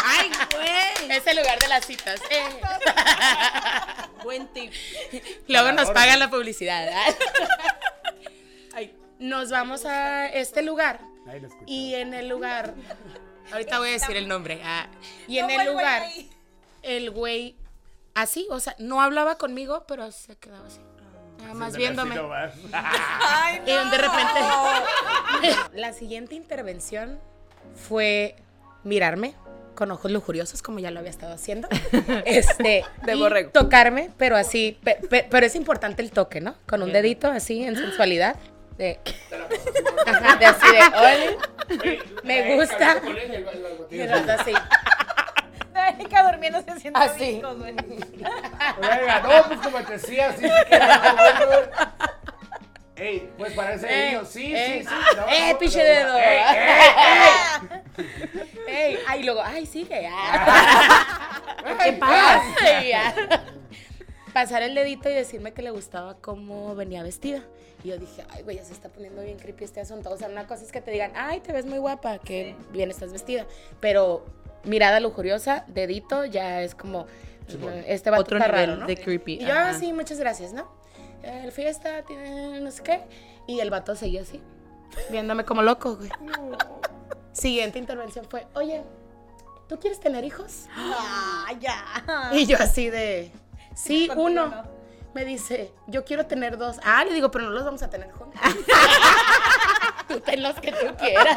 B: Ay, güey.
G: Es el lugar de las citas. eh.
D: Buen tip.
G: Luego nos pagan la publicidad. ¿verdad? Nos vamos a este lugar.
F: Nadie lo escuchó.
G: Y en el lugar. Ahorita voy a decir el nombre. ah, y en el lugar, el güey, así, o sea, no hablaba conmigo, pero se quedaba así. Nada más viéndome.
F: Así nomás.
A: Ay,
G: Y de repente. La siguiente intervención fue mirarme con ojos lujuriosos, como ya lo había estado haciendo. Este,
C: De
G: y
C: borrego.
G: Tocarme, pero así. pe- pe- pero es importante el toque, ¿no? Con un dedito así, en sensualidad. De, Ajá, de así de, "Ole, me gusta. Y el otro así.
E: Erika durmiendo se siente
G: Así.
E: bien con su-
F: Oiga, no, pues como te decía, así se queda, güey. Ey, pues para ese
G: Ey,
F: niño, sí,
G: ey.
F: sí, sí. no,
G: Ey,
F: no,
G: Eh, pinche
F: no,
G: dedo.
F: ey, ey,
G: Ey, ay, y luego, ay, sigue. ah.
F: ey,
G: ¿Qué
F: ey,
G: pasa? Y ya. Pasar el dedito y decirme que le gustaba cómo venía vestida. Y yo dije, ay, güey, ya se está poniendo bien creepy este asunto. O sea, una cosa es que te digan, ay, te ves muy guapa, que bien estás vestida. Pero mirada lujuriosa, dedito, ya es como, este vato
D: Otro
G: está
D: nivel
G: raro, ¿no?
D: de creepy,
G: Y yo,
D: ajá.
G: ah, sí, muchas gracias, ¿no? El fiesta, tiene no sé qué. Y el vato seguía así, viéndome como loco, güey. Siguiente intervención fue, oye, ¿tú quieres tener hijos?
E: Ah, ya.
G: Y yo así de, sí,
E: Contigo
G: uno.
E: no.
G: Me dice, yo quiero tener dos. Ah, le digo, pero no los vamos a tener juntos. tú ten los que tú quieras.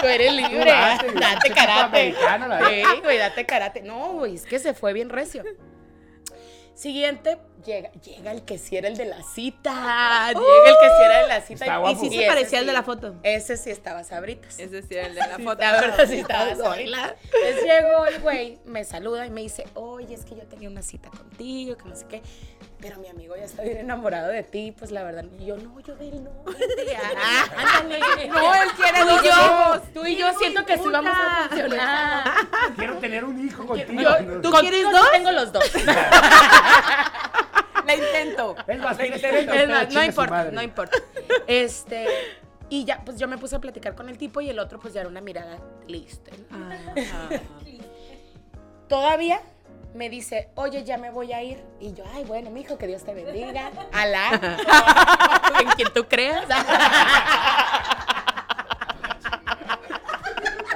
G: tú eres libre.
F: date, güey,
G: date
F: pinche
G: karate.
F: americano, ¿eh? la
G: Sí, güey, date karate. No, güey, es que se fue bien recio. Siguiente, llega, llega el que sí era el de la cita. Llega el que sí era el de la cita.
F: Está
G: y
F: guapo.
G: sí
F: Sí
G: se parecía
D: al de la foto.
G: Ese sí estaba sabritas.
C: Es decir, el de la foto.
G: ¿Te acuerdas si estabas ahorita? Entonces llegó el güey, me saluda y me dice, oye, es que yo tenía una cita contigo, que no sé qué, pero mi amigo ya está bien enamorado de ti, pues la verdad. Y yo, no, yo de él no. vente, ah, ándale.
C: No, él quiere
G: Tú
C: dos
G: y yo,
C: ojos.
G: Tú y yo siento que sí vamos a funcionar.
F: Quiero tener un hijo contigo.
G: Yo,
F: ¿no?
G: con-
D: quieres
G: con-
D: dos?
G: Tengo los dos.
C: La intento.
F: Es
C: La
F: más, tienes
C: intento.
F: tres
G: Es más,
F: chinga
G: no
F: su
G: importa,
F: madre.
G: no importa. Este, y ya, pues yo me puse a platicar con el tipo y el otro, pues ya era una mirada lista. ¿no? Ah, Todavía me dice, oye, ya me voy a ir. Y yo, ay, bueno, mijo, que Dios te bendiga. Alá. en quien tú creas.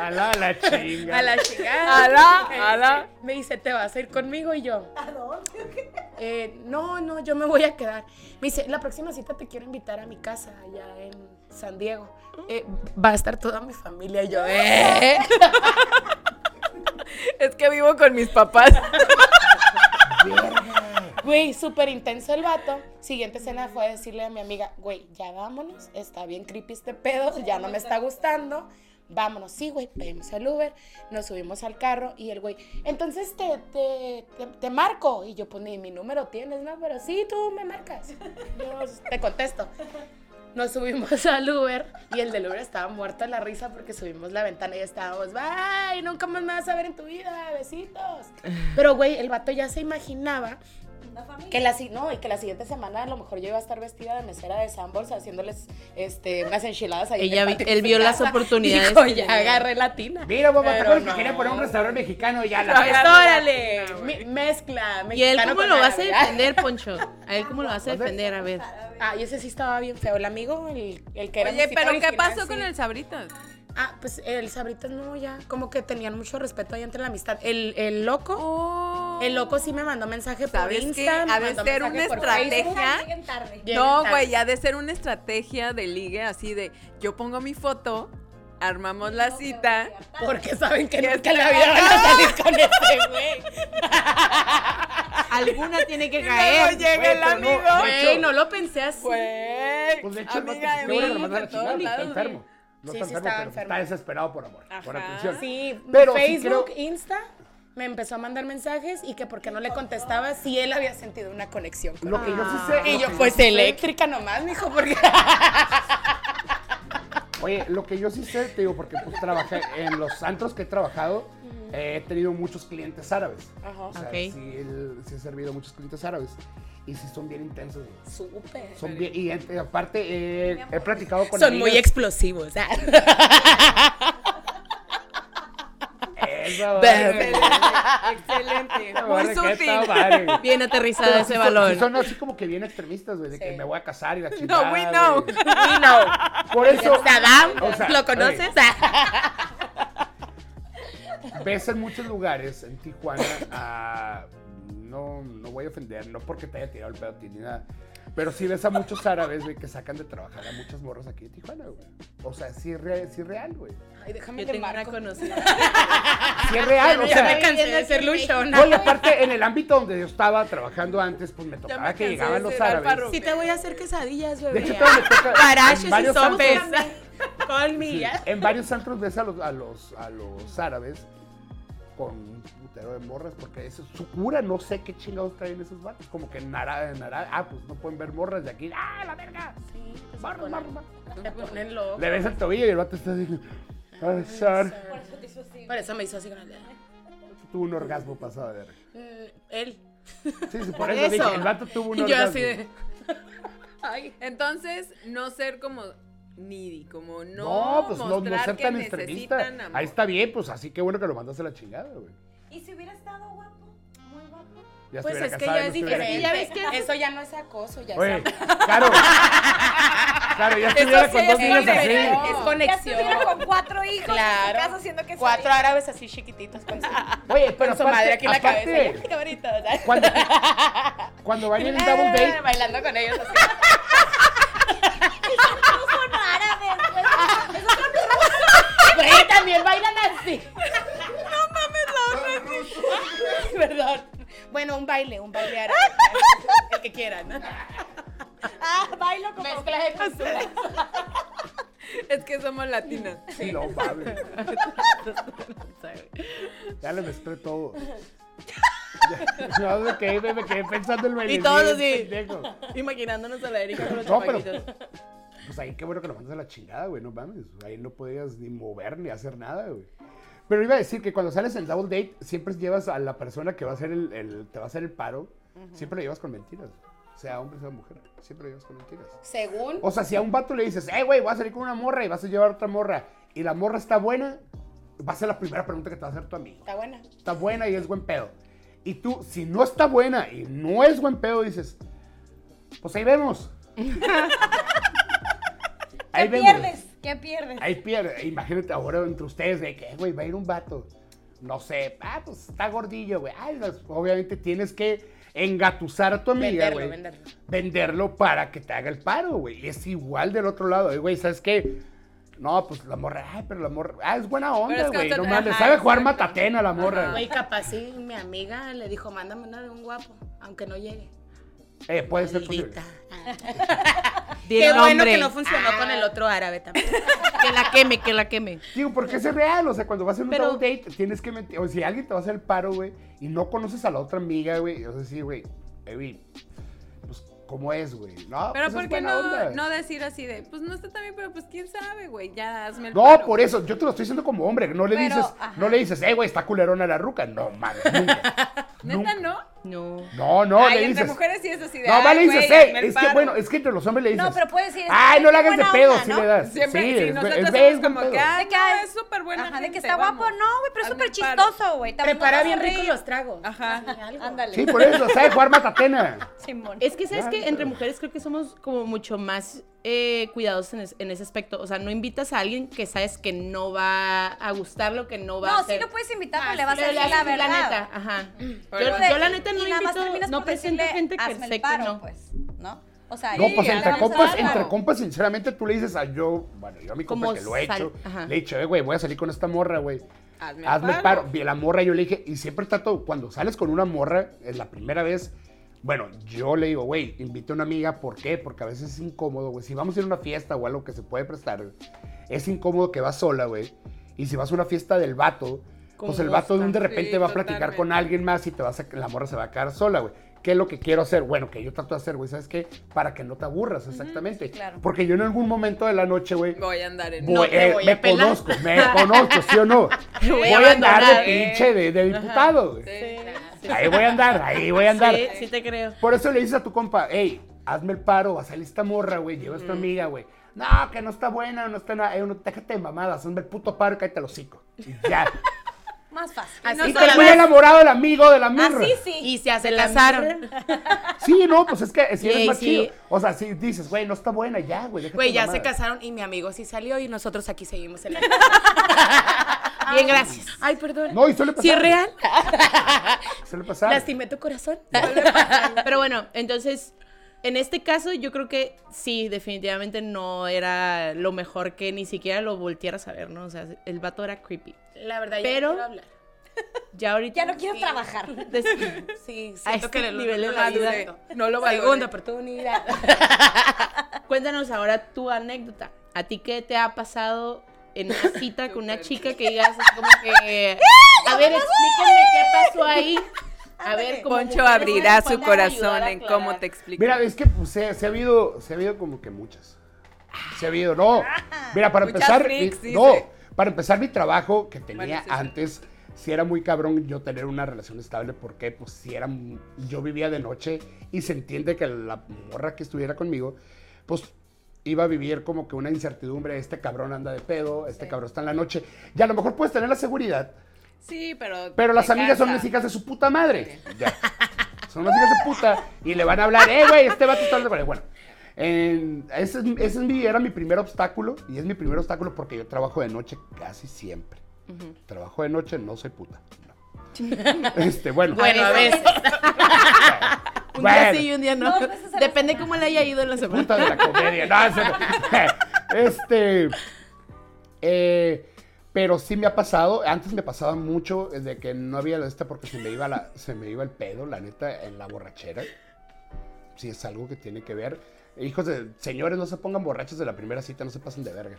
F: A la, a la chinga.
G: A la chingada.
C: Alá,
G: Me
C: alá.
G: dice- Me dice, ¿te vas a ir conmigo? Y yo, ¿a dónde? no, no, yo me voy a quedar. Me dice, la próxima cita te quiero invitar a mi casa allá en San Diego. Eh, va a estar toda mi familia. Y yo, ¿eh?
C: Es que vivo con mis papás.
G: Güey, súper intenso el vato. Siguiente escena fue decirle a mi amiga, güey, ya vámonos, está bien creepy este pedo, ya no me está gustando. Vámonos, sí, güey, pedimos el Uber, nos subimos al carro y el güey, entonces te, te, te- te marco. Y yo, pues ni mi número tienes, ¿no? Pero sí, tú me marcas. Yo te contesto. Nos subimos al Uber y el del Uber estaba muerto de la risa porque subimos la ventana y estábamos, bye, nunca más me vas a ver en tu vida, besitos. Pero, güey, el vato ya se imaginaba que la, si- no, y que la siguiente semana a lo mejor yo iba a estar vestida de mesera de Sambors haciéndoles este, unas enchiladas ahí. en
D: Ella
G: el
D: vi-
G: patio
D: él
G: de
D: vio
G: su
D: las
G: casa.
D: oportunidades
G: Dijo,
D: que
G: ya
D: tenía".
G: agarré latina.
F: Mira, mamá, ¿te
G: Pero
F: acuerdas que
G: no.
F: quería poner un restaurante mexicano y ya
C: Ay,
F: la.
C: ya.
G: ¡Órale! Mi- mezcla.
D: ¿Y él
G: mexicano
D: cómo
G: con
D: lo vas a
G: árabe.
D: defender, Poncho? ¿A él cómo lo vas a defender? A ver.
G: Ah, y ese sí estaba bien feo. El amigo, el, el que era
C: Oye,
G: musicista
C: pero ¿qué
G: original,
C: pasó
G: sí.
C: con el Sabritas?
G: Ah, pues el Sabritas no, ya. Como que tenían mucho respeto ahí entre la amistad. El, el loco. El loco sí me mandó mensaje por
H: ¿Sabes qué?
G: Insta. me
H: Ha de
G: mandó
H: ser
G: mensaje
H: una
G: por
H: estrategia.
G: Facebook. Llegan
H: No,
G: tarde.
H: güey, ya de ser una estrategia de ligue así de yo pongo mi foto, armamos la cita.
G: Porque saben que nunca en la vida van a salir con ese güey.
C: Alguna tiene que
H: Luego
C: caer.
H: llega el
F: pero no,
H: amigo.
F: de
G: Güey,
F: hecho-
G: no lo pensé así.
H: Güey,
F: Pues de hecho, no te,
H: amiga de
F: te van a
H: mí,
F: mandar
H: de
F: a chingar
H: todos
F: y está
H: lados, güey.
F: enfermo. No
G: Sí,
F: está
G: sí
F: enfermo, pero
G: estaba
F: pues,
G: enfermo.
F: está desesperado por amor, por
H: Ajá.
F: atención.
G: Sí,
F: Pero sí
G: Facebook,
F: creo-
G: Insta, me empezó a mandar mensajes y que porque no le contestaba si él había sentido una conexión con
F: Lo que yo sí sé.
G: Y
F: lo
G: yo,
F: que
G: pues
F: sí sé-
G: eléctrica nomás, mijo, porque.
F: Oye, lo que yo sí sé, te digo, porque pues trabajé en los antros que he trabajado, eh, he tenido muchos clientes árabes. O sea,
D: Ok.
F: sí, el- sí he servido a muchos clientes árabes. Y sí son bien intensos. güey.
G: Súper.
F: Son bien, y eh, aparte, eh, he platicado con
D: Son muy
F: amigas-
D: explosivos. ah.
F: Esa madre.
A: Excelente.
F: Esa
H: Muy
F: madre, que
H: sutil.
F: esta madre.
D: Bien aterrizado ese
F: Sí son- sí
D: balón.
F: son así como que bien extremistas, güey, de que me voy a casar y la chingada.
H: No, we know.
F: güey. Por eso.
D: Saddam,
F: O sea,
D: ¿lo conoces?
F: ves en muchos lugares en Tijuana a- no, no voy a ofender, no porque te haya tirado el pedo a ti ni nada. Pero sí ves a muchos árabes, güey, que sacan de trabajar a muchos morros aquí en Tijuana, güey. O sea, sí es, real, sí es real, güey.
G: Ay, déjame
D: Yo
G: te
D: tengo una
G: marco.
D: conocida.
F: Sí es real, o
G: Ya me
F: sea.
G: cansé de ser luchona.
F: No, y aparte, en el ámbito donde yo estaba trabajando antes, pues me tocaba que llegaban los árabes.
D: Sí te voy a hacer quesadillas,
F: De
D: bebé.
F: hecho, todavía me toca. en
D: Paraches y
F: varios antros-
D: sopes. Con
F: sí,
D: mi.
F: en varios antros ves a los, a los, a los árabes con un putero de morras, porque eso es su cura, no sé qué chingados traen esos vatos, como que nara, nara, ah, pues no pueden ver morras de aquí, ah, la verga, morras, morras, morras.
G: Me ponen loco.
F: Le ves el tobillo y el vato está así, a besar,
G: Por eso me hizo así con el dedo.
F: tuvo un orgasmo pasado de verga.
G: Mm, Él.
F: Sí, sí, por eso, dije, el vato tuvo un
G: Y
F: orgasmo.
G: yo así de. Ay.
H: Entonces, no ser como needy, como no,
F: No, pues no,
H: mostrar
F: no ser
H: que
F: tan extremista.
H: necesitan amor.
F: Ahí está bien, pues así que bueno que lo mandaste a la chingada, güey.
E: ¿Y si hubiera estado guapo? Muy guapo.
F: Ya
G: Pues
F: estuviera
G: es que
F: casada,
G: ya es
F: no estuviera
G: diferente.
F: aquí.
G: Ya ves que eso ya no es acoso, ya
F: Oye,
G: es
F: claro. Claro, ya estuviera con dos niños así.
G: Es
E: Ya estuviera
G: conexión.
E: con cuatro hijos en su
G: Claro.
E: casa siendo que
G: Cuatro árabes así chiquititos con su,
F: Oye, pero
G: con su
F: aparte-
G: madre aquí en la
F: aparte,
G: cabeza. Qué bonito, ¿sabes?
F: Cuando, cuando vayan a
D: Eh,
F: dar un
G: Ah,
F: date,
G: Bailando con ellos así.
E: No son árabes, güey. Esos son
G: Güey, también bailan así. No mames, la otra. Perdón. Bueno, un baile, un baile árabe. El que quieran.
E: Ah, bailo como.
G: Mezcla de culturas.
H: Es que somos latinas.
F: no mames. Ya le mezclé todo. Ya, No, me quedé, me quedé pensando el baile.
D: Y todos así.
F: pendejo.
D: Imaginándonos a la Erika con los
F: No, pero-
D: chamaquitos.
F: Pues ahí qué bueno que lo mandas a la chingada, güey, no mames. Ahí no podías ni mover ni hacer nada, güey. Pero iba a decir que cuando sales en double date, siempre llevas a la persona que va a hacer el, el- te va a hacer el paro, siempre lo llevas con mentiras. Sea hombre, sea mujer, siempre lo llevas con mentiras.
G: Según.
F: O sea, si a un vato le dices, eh, güey, voy a salir con una morra y vas a llevar otra morra y la morra está buena, va a ser la primera pregunta que te va a hacer tu amigo.
G: Está buena.
F: Está buena y es buen pedo. Y tú, si no está buena y no es buen pedo, dices, pues ahí vemos. ahí
E: ¿Qué pierdes? ¿Qué pierdes?
F: Ahí pierde. E Imagínate ahora entre ustedes de que, güey, va a ir un vato. No sé, ah, pues está gordillo, güey. Ay, las- obviamente tienes que engatusar a tu amiga,
G: Venderlo,
F: güey.
G: venderlo.
F: Venderlo para que te haga el paro, güey. Y es igual del otro lado. Oye, güey, ¿sabes qué? No, pues la morra, ay, pero la morra, ah, es buena
H: Pero
F: onda,
H: es que
F: güey.
H: otra-
F: No mames,
H: ajá,
F: sabe jugar
H: exacto.
F: matatena la morra. güey.
G: Güey, capaz sí, mi amiga le dijo, mándame una de un guapo, aunque no llegue.
F: Eh, puede ser posible.
D: Maldita.
C: Di el
D: Qué bueno
C: nombre.
D: que no funcionó con
G: Ah.
D: el otro árabe también. Ah. que la queme, que la queme.
F: Digo, porque es real, o sea, cuando vas a un
D: Pero-
F: double date, tienes que mentir. O si alguien te va a hacer el paro, güey, y no conoces a la otra amiga, güey, o sea, sí, güey, eh, güey, pues, ¿cómo es, güey? No,
H: Pero
F: pues,
H: ¿por
F: es
H: qué
F: buena
H: no,
F: onda.
H: no decir así de, pues no está tan bien, pero pues quién sabe, güey, ya hazme el
F: No,
H: paro.
F: por e-, eso, yo te lo estoy diciendo como hombre, no le
B: Pero,
F: dices,
B: ajá.
F: no le dices, eh, güey, está culerona la ruca. No, mames, nunca.
H: ¿Neta
F: Nunca.
H: no?
D: No.
F: No, no,
H: Ay,
F: le
H: entre
F: dices.
H: mujeres sí es así de,
F: No, vale,
H: "Ay,
F: dices,
H: güey,
F: eh,
H: hazme el
F: es que
H: paro".
F: bueno, es que entre los hombres le dices.
E: No, pero puedes decir. es que
F: Ay, no le
E: qué
F: hagas de
E: buena
F: pedo,
E: onda,
F: sí
E: ¿no?
F: le das.
H: Siempre,
F: sí,
H: sí,
F: es-
H: nosotros
F: es-
H: somos
F: es buen
H: como
F: pedo.
H: que, "Ay,
B: De que,
H: no,
B: ay,
H: es súper buena
B: Ajá, de
H: gente,
B: que está guapo,
H: vamos,
B: no, güey, pero es
H: hazme
B: súper
H: el paro".
B: chistoso, güey. tampoco
G: Prepara
B: vas a
G: bien rico
B: reír.
G: los tragos.
H: Ajá.
E: Ándale.
F: Sí, por eso, sabe jugar matatena.
E: Simón.
D: Es que, ¿sabes
F: Claro.
D: que Entre mujeres creo que somos como mucho más eh, cuidadosos en, es- en ese aspecto. O sea, no invitas a alguien que sabes que no va a gustar lo que no va a
B: No, sí
D: hacer.
B: lo puedes invitar, pero le vas a
D: Pero le
B: decir la
D: haces
B: verdad.
D: neta, ajá. Yo,
B: Entonces,
D: yo la neta no
B: y nada más
D: invito,
B: terminas
D: no
B: por
D: presento
B: decirle,
D: gente que
B: "Hazme el
D: sé que
B: paro",
D: no.
B: Pues, ¿no? O sea,
F: No,
B: ahí
F: pues
B: ya
F: entre
B: le vamos a
F: compas,
B: dar
F: entre
B: algo.
F: compas, sinceramente, tú le dices a yo, bueno, yo a mi compa
D: Como
F: que lo he
D: sal-
F: hecho,
D: ajá.
F: le he dicho, eh, güey, voy a salir con esta morra, güey.
A: Hazme
F: Hazme
A: paro.
F: paro. Y la morra yo le dije, y siempre trato, cuando sales con una morra, es la primera vez, bueno, yo le digo, güey, invita a una amiga, ¿por qué? Porque a veces es incómodo, güey. Si vamos a ir a una fiesta o algo que se puede prestar, es incómodo que vas sola, güey. Y si vas a una fiesta del vato,
D: Con
F: pues el
D: dos
F: vato de
D: tam-
F: de repente
A: Sí,
F: va a platicar
A: totalmente.
F: con alguien más y te vas a, la morra se va a quedar sola, güey. ¿Qué es lo que quiero hacer? Bueno, que yo trato de hacer, güey, ¿sabes qué? Para que no te aburras, exactamente.
B: claro.
F: Porque yo en algún momento de la noche, güey,
H: Voy a andar en.
F: Voy-
D: No te
F: eh,
D: voy a
F: me
D: pelar.
F: conozco, me conozco, ¿sí o no?
D: voy
F: Voy
D: a
F: a andar
D: abandonar,
F: de
D: eh.
F: pinche de, de diputado. güey. Ahí voy a andar, ahí voy a andar.
D: Sí, sí te creo.
F: Por eso le dices a tu compa, hey, hazme el paro, va a salir esta morra, güey, lleva a esta amiga, güey. No, que no está buena, no está nada. Eh, no, déjate de mamadas, hazme el puto paro y cállate los hocico. Y ya.
B: Más fácil.
D: Así
F: y
D: se
F: te
D: la- Ah,
F: muy enamorado del amigo, de la mirra.
E: Así sí.
D: Y se hace casaron.
F: Sí, no, pues es que si eres
D: Ey,
F: más
D: sí.
F: chido. O sea, si dices, güey, no está buena, ya, güey. déjate
G: Güey,
F: de
G: ya se
F: mamadas.
G: casaron y mi amigo sí salió y nosotros aquí seguimos en la Bien, gracias. Ay, perdón.
F: No, y suele pasar.
G: Si es real,
F: Suele pasar.
G: lastimé tu corazón.
D: Pero bueno, entonces, en este caso yo creo que sí, definitivamente no era lo mejor que ni siquiera lo voltearas a ver, ¿no? O sea, el vato era creepy.
G: La verdad, ya
D: Pero-
G: no quiero hablar.
D: Ya ahorita...
E: Ya no quiero trabajar.
D: des-
G: Sí, siento
D: a este
G: que el
D: nivel de madurez.
G: No lo valoré. Segunda oportunidad.
D: Cuéntanos ahora tu anécdota. ¿A ti qué te ha pasado en una cita con una chica que digas así como que... A ver, explíquenme qué pasó ahí. A ver, como
H: Poncho
D: mujeres,
H: abrirá
D: ¿pueden
H: su
D: ayudar
H: corazón
D: a
H: en cómo
D: aclarar?
H: te explico.
F: Mira, es que pues, se, se ha habido, se ha habido como que muchas. Se ha habido, no. Mira, para
H: Ah, Muchas
F: empezar,
H: freaks,
F: mi-
H: dice.
F: no, para empezar mi trabajo que tenía
H: Bueno, sí, sí.
F: antes, si era muy cabrón yo tener una relación estable porque pues si era, m- yo vivía de noche y se entiende que la morra que estuviera conmigo, pues iba a vivir como que una incertidumbre, este cabrón anda de pedo, este cabrón está en la noche, y a lo mejor puedes tener la seguridad,
A: Sí, pero.
F: pero las
A: te
F: amigas son
A: cansa.
F: las hijas de su puta madre. Ya. Son las hijas de puta. Y le van a hablar, eh, güey, este vato está hablando". Bueno, en- ese, es, ese es mi, era mi primer obstáculo. Y es mi primer obstáculo porque yo trabajo de noche casi siempre. Trabajo de noche, no soy puta. no. este, bueno.
D: Bueno, a veces. Un día
F: Bueno.
D: sí y un día no.
E: Dos veces a la
D: Depende cómo le haya ido en la semana.
F: Puta de la comedia. No, eso no. Este. eh, pero sí me ha pasado. Antes me pasaba mucho de que no había la esta porque se me iba la, se me iba el pedo, la neta, en la borrachera. Sí, es algo que tiene que ver. Hijos de señores, no se pongan borrachos de la primera cita, no se pasen de verga.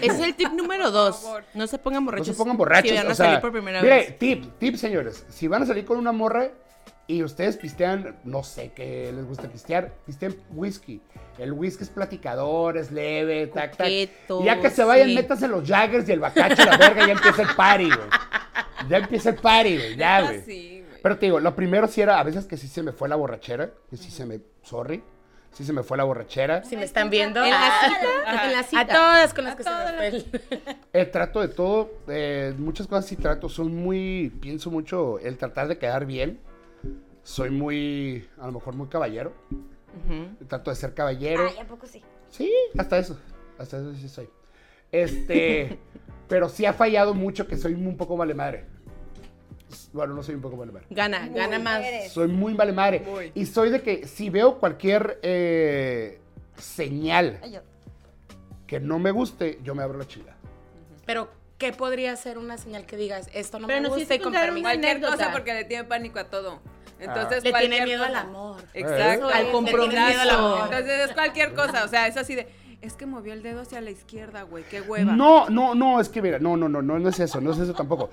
D: Ese es el tip número dos. No se pongan
F: No
D: borrachos.
F: se pongan borrachos.
D: Si van a
F: o sea,
D: salir por primera
F: mire,
D: vez.
F: tip, tip, señores. Si van a salir con una morra y ustedes pistean, no sé qué les gusta pistear, pistean whisky. El whisky es platicador, es leve, tac, tac.
D: Coqueto,
F: Y ya que se vayan,
D: sí.
F: métanse los Jaggers y el bacacho, la verga, ya empieza el party, güey. Ya empieza el party, güey,
D: Ah,
F: ya, güey.
H: Ah, Sí, güey.
F: Pero te digo, lo primero sí era, a veces que sí se me fue la borrachera, que sí se me, sorry, sí se me fue la borrachera.
G: Si me están viendo.
D: En la
G: ah,
D: cita, en la
G: A
D: cita.
G: todas con las que se me fue el-
F: Eh, trato de todo, eh, muchas cosas sí trato, son muy, pienso mucho el tratar de quedar bien, soy muy, a lo mejor muy caballero, trato de ser caballero,
E: Ay, ¿a poco sí?
F: sí, hasta eso, hasta eso sí soy. Este, pero sí ha fallado mucho que soy un poco vale madre. Bueno, no soy un poco vale madre.
D: Gana, gana más.
E: Mujeres.
F: Soy muy vale madre. Y soy de que si veo cualquier eh, señal
E: Ay, yo.
F: que no me guste, yo me abro la chingada.
G: Pero, ¿qué podría ser una señal que digas esto no
D: Pero
G: me
D: nos
G: gusta
D: hiciste
G: y con
D: contar
G: permiso?
D: una
H: Cualquier
D: anécdota.
H: cosa porque le tiene pánico a todo. Entonces,
G: Le
H: cualquier
G: tiene miedo
H: cosa.
G: al amor.
H: Exacto.
F: Eso
D: Al compromiso.
H: Le tiene miedo al amor.
D: Eso.
H: Entonces es cualquier cosa. O sea, es así de. Es que movió el dedo hacia la izquierda, güey. Qué hueva.
F: No, no, no, es que mira, no, no, no, no, no es eso, no es eso tampoco.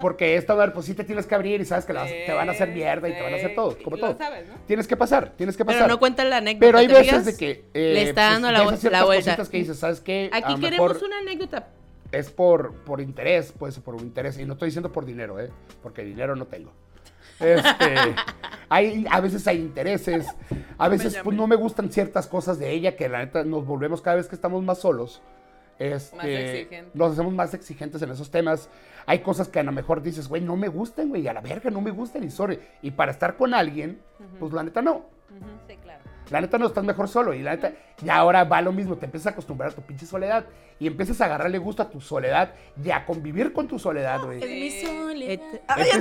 F: Porque esta madre, pues sí te tienes que abrir y sabes que la vas- te van a hacer mierda y te van a hacer todo, como
H: Lo
F: todo.
H: sabes, ¿no?
F: Tienes que pasar, tienes que pasar.
D: Pero no cuenta la anécdota.
F: Pero hay
D: ¿te
F: veces
D: fijas?
F: de que eh, pues,
D: Le está dando la
F: ves a
D: vu-
F: ciertas
D: la vuelta.
F: cositas que dices, ¿sabes qué? A
D: Aquí
F: lo
D: queremos
F: mejor-
D: una anécdota.
F: es por, por interés, puede ser por un interés. Y no estoy diciendo por dinero, ¿eh? Porque dinero no tengo. Este, hay, a veces hay intereses, a veces pues, no me gustan ciertas cosas de ella que la neta nos volvemos cada vez que estamos más solos. Este,
H: Más exigentes.
F: Nos hacemos más exigentes en esos temas. Hay cosas que a lo mejor dices, güey, no me gustan, güey, a la verga, no me gustan y sorry. Y para estar con alguien, pues la neta no.
B: Sí, claro.
F: La neta no estás mejor solo. Y la neta, y ahora va lo mismo, te empiezas a acostumbrar a tu pinche soledad y empiezas a agarrarle gusto a tu soledad y a convivir con tu soledad, güey.
D: eh. Este,
F: pues,